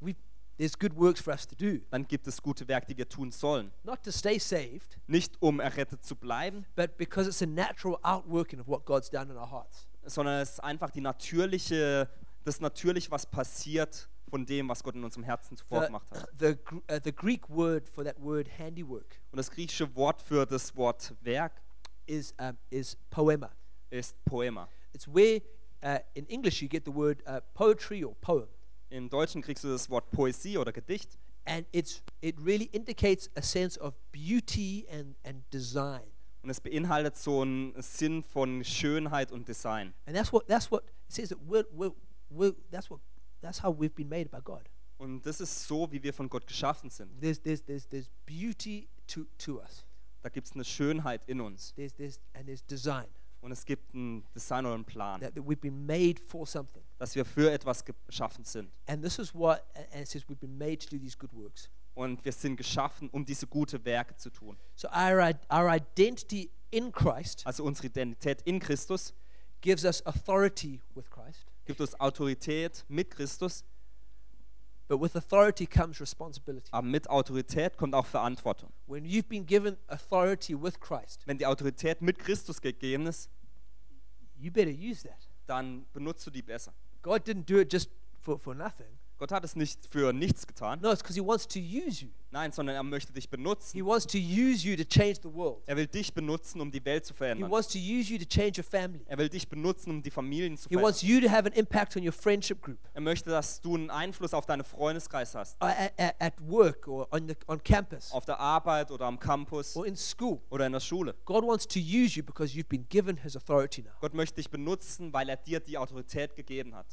[SPEAKER 1] we there's good works for us to do
[SPEAKER 2] dann gibt es gute Werke, die wir tun sollen.
[SPEAKER 1] not to stay saved
[SPEAKER 2] Nicht um errettet zu bleiben,
[SPEAKER 1] but because it's a natural outworking of what god's done in our hearts
[SPEAKER 2] sondern es ist einfach die natürliche, das natürliche, was passiert von dem, was Gott in unserem Herzen zuvor
[SPEAKER 1] the,
[SPEAKER 2] gemacht hat.
[SPEAKER 1] the, Gr- uh, the greek word for that word handiwork
[SPEAKER 2] Und das griechische Wort für das Wort Werk
[SPEAKER 1] is, um, is poema
[SPEAKER 2] ist Poema.
[SPEAKER 1] it's where uh, in english you get the word uh, poetry or poem
[SPEAKER 2] Im Deutschen kriegst du das Wort Poesie oder Gedicht.
[SPEAKER 1] and it's, it really indicates a sense of beauty and, and design
[SPEAKER 2] Und es beinhaltet so einen Sinn von Schönheit und Design.
[SPEAKER 1] and that's what, that's what it says that we're, we're, we're, that's, what, that's how we've been made by god
[SPEAKER 2] Und das ist so, wie wir von Gott geschaffen sind.
[SPEAKER 1] there's, there's, there's, there's beauty to, to us
[SPEAKER 2] Da gibt es eine Schönheit in uns.
[SPEAKER 1] there's this and there's design
[SPEAKER 2] Und es gibt einen Design oder einen Plan,
[SPEAKER 1] that, that we've been made for something
[SPEAKER 2] dass wir für etwas geschaffen sind.
[SPEAKER 1] and this is what a- and it says we've been made to do these good works
[SPEAKER 2] Und wir sind geschaffen, um diese gute Werke zu tun.
[SPEAKER 1] so our, i- our identity in christ
[SPEAKER 2] Also unsere Identität in Christus
[SPEAKER 1] gives us authority with christ
[SPEAKER 2] gibt uns Autorität mit Christus,
[SPEAKER 1] but with authority comes responsibility
[SPEAKER 2] aber mit Autorität kommt auch Verantwortung.
[SPEAKER 1] when you've been given authority with christ
[SPEAKER 2] Wenn die Autorität mit Christus gegeben ist,
[SPEAKER 1] you better use that
[SPEAKER 2] dann benutzt du die besser.
[SPEAKER 1] god didn't do it just for, for nothing
[SPEAKER 2] Gott hat es nicht für nichts getan,
[SPEAKER 1] no it's because he wants to use you
[SPEAKER 2] nein, sondern er möchte dich benutzen.
[SPEAKER 1] he wants to use you to change the world
[SPEAKER 2] Er will dich benutzen, um die Welt zu
[SPEAKER 1] he
[SPEAKER 2] verändern.
[SPEAKER 1] wants to use you to change your family
[SPEAKER 2] Er will dich benutzen, um die Familien zu
[SPEAKER 1] he
[SPEAKER 2] verändern.
[SPEAKER 1] wants you to have an impact on your friendship group
[SPEAKER 2] Er möchte, dass du einen Einfluss auf deinen Freundeskreis hast.
[SPEAKER 1] at, at, at work or on, the, on campus
[SPEAKER 2] Auf der Arbeit oder am Campus
[SPEAKER 1] or in school.
[SPEAKER 2] oder in der Schule.
[SPEAKER 1] God wants to use you because you've been given His authority now,
[SPEAKER 2] Gott möchte dich benutzen, weil er dir die Autorität gegeben hat.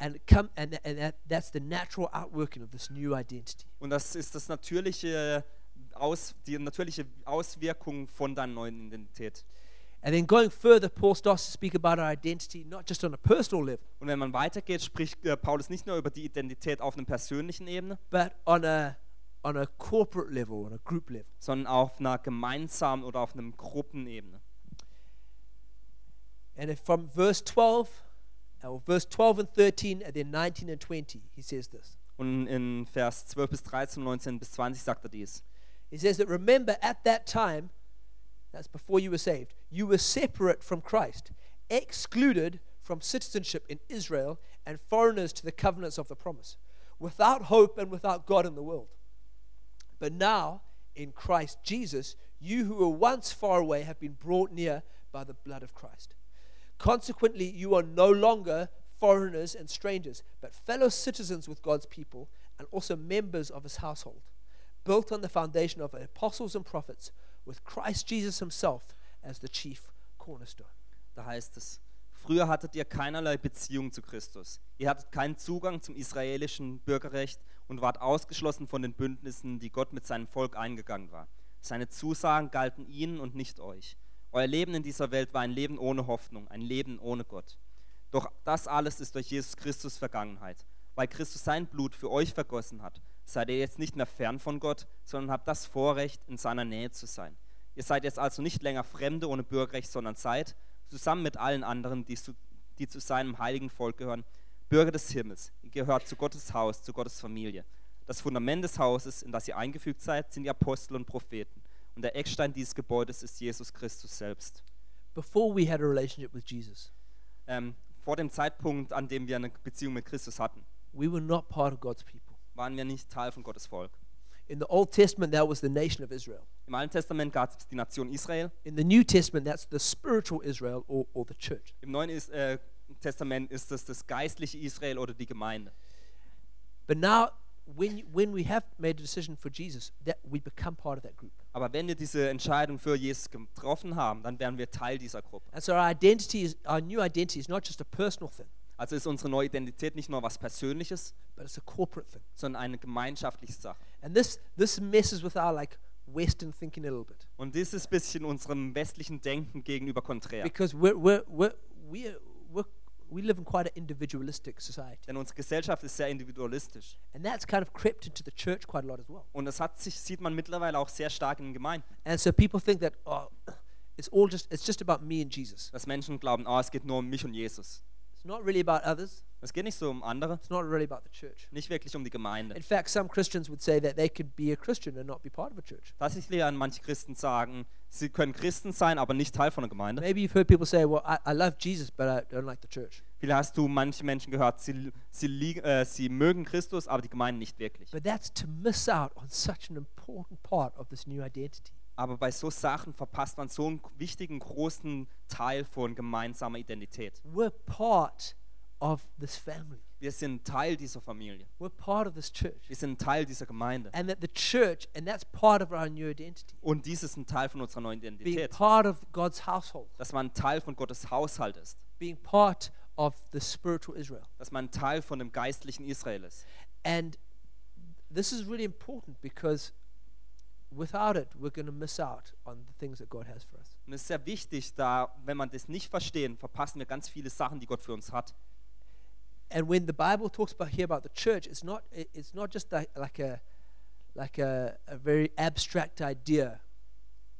[SPEAKER 1] and it come and, and that, that's the natural outworking of this new identity.
[SPEAKER 2] Und das ist das natürliche Aus, die natürliche Auswirkung von deiner neuen Identität.
[SPEAKER 1] And then going further, Paul starts to speak about our identity, not just on a personal level,
[SPEAKER 2] Und wenn man weitergeht, spricht äh, Paulus nicht nur über die Identität auf einer persönlichen Ebene,
[SPEAKER 1] but on a, on a corporate level, on a group level.
[SPEAKER 2] sondern auf einer gemeinsamen oder auf einem Gruppenebene.
[SPEAKER 1] And if from verse 12, or verse 12 and 13, and then 19 and 20, he says this.
[SPEAKER 2] Und in Vers 12 bis 13, 19 bis 20 sagt er dies.
[SPEAKER 1] He says that remember at that time, that's before you were saved, you were separate from Christ, excluded from citizenship in Israel, and foreigners to the covenants of the promise, without hope and without God in the world. But now, in Christ Jesus, you who were once far away have been brought near by the blood of Christ. Consequently, you are no longer foreigners and strangers, but fellow citizens with God's people and also members of his household, built on the foundation of apostles and prophets, with Christ Jesus himself as the chief cornerstone.
[SPEAKER 2] Da heißt es, früher hattet ihr keinerlei Beziehung zu Christus. Ihr hattet keinen Zugang zum israelischen Bürgerrecht und wart ausgeschlossen von den Bündnissen, die Gott mit seinem Volk eingegangen war. Seine Zusagen galten ihnen und nicht euch. Euer Leben in dieser Welt war ein Leben ohne Hoffnung, ein Leben ohne Gott. Doch das alles ist durch Jesus Christus Vergangenheit. Weil Christus sein Blut für euch vergossen hat, seid ihr jetzt nicht mehr fern von Gott, sondern habt das Vorrecht, in seiner Nähe zu sein. Ihr seid jetzt also nicht länger Fremde ohne Bürgerrecht, sondern seid, zusammen mit allen anderen, die zu, die zu seinem heiligen Volk gehören, Bürger des Himmels. Ihr gehört zu Gottes Haus, zu Gottes Familie. Das Fundament des Hauses, in das ihr eingefügt seid, sind die Apostel und Propheten. Und der Eckstein dieses Gebäudes ist Jesus Christus selbst.
[SPEAKER 1] Before we had a relationship with Jesus,
[SPEAKER 2] ähm, vor dem Zeitpunkt, an dem wir eine Beziehung mit Christus hatten,
[SPEAKER 1] we were not part of God's people.
[SPEAKER 2] waren wir nicht Teil von Gottes Volk.
[SPEAKER 1] In the Old Testament, that was the nation of Israel.
[SPEAKER 2] Im Alten Testament gab es die Nation Israel,
[SPEAKER 1] In the New Testament, that's the spiritual Israel or, or the church.
[SPEAKER 2] im Neuen Is äh, Testament ist es das geistliche Israel oder die Gemeinde.
[SPEAKER 1] But now, when, you- when we have made a decision for Jesus, that we become part of that group.
[SPEAKER 2] Aber wenn wir diese Entscheidung für Jesus getroffen haben, dann wären wir Teil dieser Gruppe.
[SPEAKER 1] And so our identity is our new identity is not just a personal thing,
[SPEAKER 2] Also ist unsere neue Identität nicht nur was Persönliches,
[SPEAKER 1] but it's a corporate thing.
[SPEAKER 2] sondern eine gemeinschaftliche Sache.
[SPEAKER 1] And this this messes with our like Western thinking a little bit
[SPEAKER 2] Und das ist ein bisschen unserem westlichen Denken gegenüber konträr.
[SPEAKER 1] because we're we're we're we we we live in quite an individualistic society,
[SPEAKER 2] Denn unsere Gesellschaft ist sehr individualistisch.
[SPEAKER 1] and that's kind of crept into the church quite a lot as well.
[SPEAKER 2] Und das hat sich, sieht man mittlerweile auch sehr stark in den Gemeinden.
[SPEAKER 1] And so people think that oh, it's all just it's just about me and Jesus.
[SPEAKER 2] dass Menschen glauben, oh, es geht nur um mich und Jesus.
[SPEAKER 1] It's not really about others.
[SPEAKER 2] Es geht nicht so um andere,
[SPEAKER 1] It's not really about the church.
[SPEAKER 2] nicht wirklich um die Gemeinde.
[SPEAKER 1] In fact, some Christians would say that they could be a Christian and not be part of a church.
[SPEAKER 2] Tatsächlich an manche Christen sagen, sie können Christen sein, aber nicht Teil von der Gemeinde.
[SPEAKER 1] Maybe you've heard people say, "Well, I, I love Jesus, but I don't like the church."
[SPEAKER 2] Vielleicht hast du manche Menschen gehört, sie, sie, lieg- äh, sie mögen Christus, aber die Gemeinde nicht wirklich.
[SPEAKER 1] But that's to miss out on such an important part of this new identity.
[SPEAKER 2] Aber bei so Sachen verpasst man so einen wichtigen, großen Teil von gemeinsamer Identität.
[SPEAKER 1] We're part of this family,
[SPEAKER 2] Wir sind Teil dieser Familie.
[SPEAKER 1] we're part of this church.
[SPEAKER 2] Wir sind Teil dieser Gemeinde.
[SPEAKER 1] And that the church, and that's part of our new identity,
[SPEAKER 2] Und dies ist ein Teil von unserer neuen
[SPEAKER 1] being
[SPEAKER 2] Identität.
[SPEAKER 1] part of God's household,
[SPEAKER 2] Dass man Teil von Gottes Haushalt ist.
[SPEAKER 1] being part of the spiritual Israel.
[SPEAKER 2] Dass man Teil von dem geistlichen Israel ist.
[SPEAKER 1] And this is really important because without it, we're going to miss out on the things that God has for us.
[SPEAKER 2] Und es ist sehr wichtig, da, wenn man das nicht verstehen, verpassen wir ganz viele Sachen, die Gott für uns hat.
[SPEAKER 1] And when the Bible talks about here about the church, it's not it- it's not just like, like a like a, a very abstract idea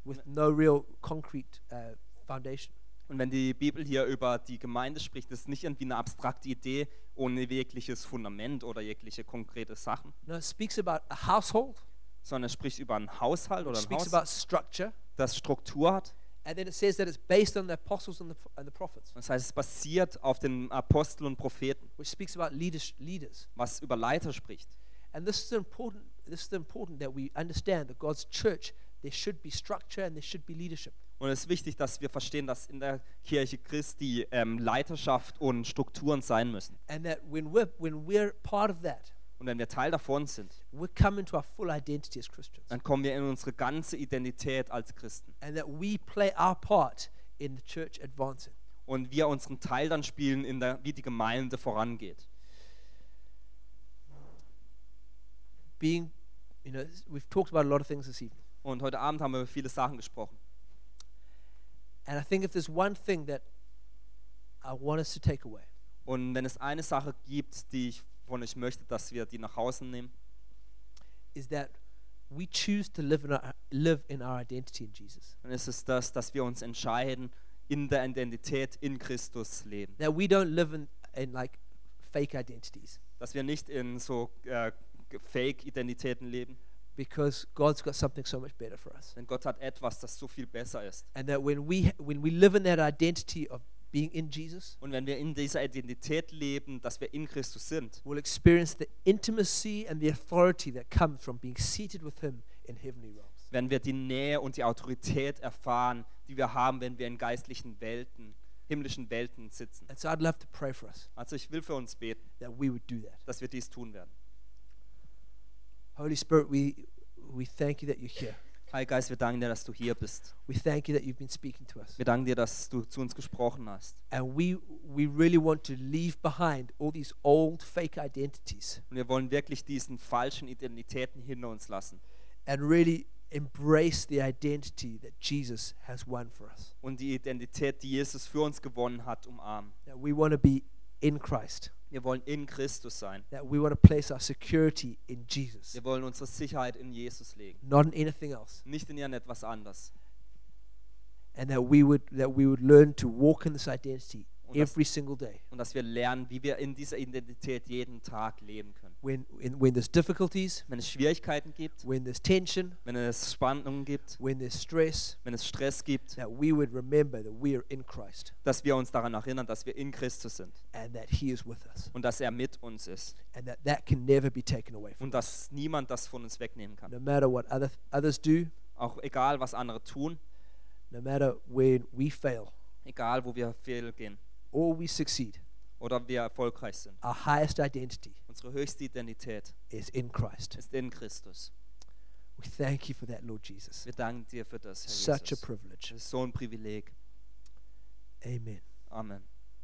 [SPEAKER 1] with no real concrete uh, foundation.
[SPEAKER 2] Und wenn die Bibel hier über die Gemeinde spricht, ist es nicht irgendwie eine abstrakte Idee ohne jegliches Fundament oder jegliche konkrete Sachen,
[SPEAKER 1] No, it speaks about a household,
[SPEAKER 2] sondern es spricht über einen Haushalt
[SPEAKER 1] it
[SPEAKER 2] oder ein
[SPEAKER 1] speaks
[SPEAKER 2] Haus,
[SPEAKER 1] about structure,
[SPEAKER 2] das Struktur hat.
[SPEAKER 1] and then it says that it's based on the apostles and the, and the prophets,
[SPEAKER 2] Das heißt, es basiert auf den Aposteln und Propheten,
[SPEAKER 1] which speaks about leaders, leaders.
[SPEAKER 2] was über Leiter spricht.
[SPEAKER 1] And this is important. This is important that we understand that God's church there should be structure and there should be leadership.
[SPEAKER 2] Und es ist wichtig, dass wir verstehen, dass in der Kirche Christi ähm, Leiterschaft und Strukturen sein müssen.
[SPEAKER 1] And that when we're when we're part of that,
[SPEAKER 2] Und wenn wir Teil davon sind,
[SPEAKER 1] we come into our full identity as Christians.
[SPEAKER 2] dann kommen wir in unsere ganze Identität als Christen.
[SPEAKER 1] and that we play our part in the church advancing.
[SPEAKER 2] Und wir unseren Teil dann spielen, in der, wie die Gemeinde vorangeht.
[SPEAKER 1] Being, you know, we've talked about a lot of things this evening,
[SPEAKER 2] Und heute Abend haben wir über viele Sachen gesprochen.
[SPEAKER 1] And I think if there's one thing that I want us to take away,
[SPEAKER 2] Und wenn es eine Sache gibt, die ich von euch möchte, dass wir die nach Hause nehmen,
[SPEAKER 1] is that we choose to live in our, live in our identity in Jesus.
[SPEAKER 2] dann ist es das, dass wir uns entscheiden, in der Identität in Christus leben.
[SPEAKER 1] That we don't live in, in like fake identities
[SPEAKER 2] Dass wir nicht in so äh, ge- Fake-Identitäten leben,
[SPEAKER 1] because God's got something so much better for us.
[SPEAKER 2] denn Gott hat etwas, das so viel besser ist.
[SPEAKER 1] And that when we when we live in that identity of being in Jesus,
[SPEAKER 2] Und wenn wir in dieser Identität leben, dass wir in Christus sind,
[SPEAKER 1] we'll experience the intimacy and the authority that comes from being seated with him in heavenly realms.
[SPEAKER 2] werden wir die Nähe und die Autorität erfahren, die wir haben, wenn wir in geistlichen Welten, himmlischen Welten sitzen.
[SPEAKER 1] And so I'd love to pray for us
[SPEAKER 2] Also ich will für uns beten,
[SPEAKER 1] that we would do that.
[SPEAKER 2] dass wir dies tun werden.
[SPEAKER 1] Holy Spirit, we we thank you that you're here.
[SPEAKER 2] Heiliger Geist, wir danken dir, dass du hier bist.
[SPEAKER 1] We thank you that you've been speaking to us.
[SPEAKER 2] Wir danken dir, dass du zu uns gesprochen hast.
[SPEAKER 1] And we we really want to leave behind all these old fake identities
[SPEAKER 2] Und wir wollen wirklich diesen falschen Identitäten hinter uns lassen
[SPEAKER 1] and really embrace the identity that Jesus has won for us.
[SPEAKER 2] und die Identität, die Jesus für uns gewonnen hat, umarmen.
[SPEAKER 1] That we want to be in Christ.
[SPEAKER 2] Wir wollen in Christus sein.
[SPEAKER 1] That we want to place our security in Jesus,
[SPEAKER 2] Wir wollen unsere Sicherheit in Jesus legen,
[SPEAKER 1] not in anything else.
[SPEAKER 2] nicht in irgendetwas anderes.
[SPEAKER 1] And that we would that we would learn to walk in this identity
[SPEAKER 2] Und das-
[SPEAKER 1] every single day.
[SPEAKER 2] Und dass wir lernen, wie wir in dieser Identität jeden Tag leben können.
[SPEAKER 1] When in, when there's difficulties,
[SPEAKER 2] Wenn es Schwierigkeiten gibt,
[SPEAKER 1] when there's tension,
[SPEAKER 2] wenn es Spannungen gibt,
[SPEAKER 1] when there's stress,
[SPEAKER 2] wenn es Stress gibt,
[SPEAKER 1] that we would remember that we are in Christ
[SPEAKER 2] dass wir uns daran erinnern, dass wir in Christus sind
[SPEAKER 1] and that He is with us,
[SPEAKER 2] und dass er mit uns ist
[SPEAKER 1] and that that can never be taken away from.
[SPEAKER 2] und dass niemand das von uns wegnehmen kann.
[SPEAKER 1] No matter what other others do,
[SPEAKER 2] Auch egal, was andere tun,
[SPEAKER 1] no matter when we fail
[SPEAKER 2] egal, wo wir fehlgehen
[SPEAKER 1] or we succeed,
[SPEAKER 2] oder wir erfolgreich sind.
[SPEAKER 1] our highest identity
[SPEAKER 2] Unsere höchste Identität
[SPEAKER 1] is in Christ.
[SPEAKER 2] ist in Christus.
[SPEAKER 1] We thank you for that, Lord Jesus.
[SPEAKER 2] Wir danken dir für das, Herr
[SPEAKER 1] Such a
[SPEAKER 2] Jesus.
[SPEAKER 1] privilege.
[SPEAKER 2] Es ist so ein Privileg.
[SPEAKER 1] Amen.
[SPEAKER 2] Amen.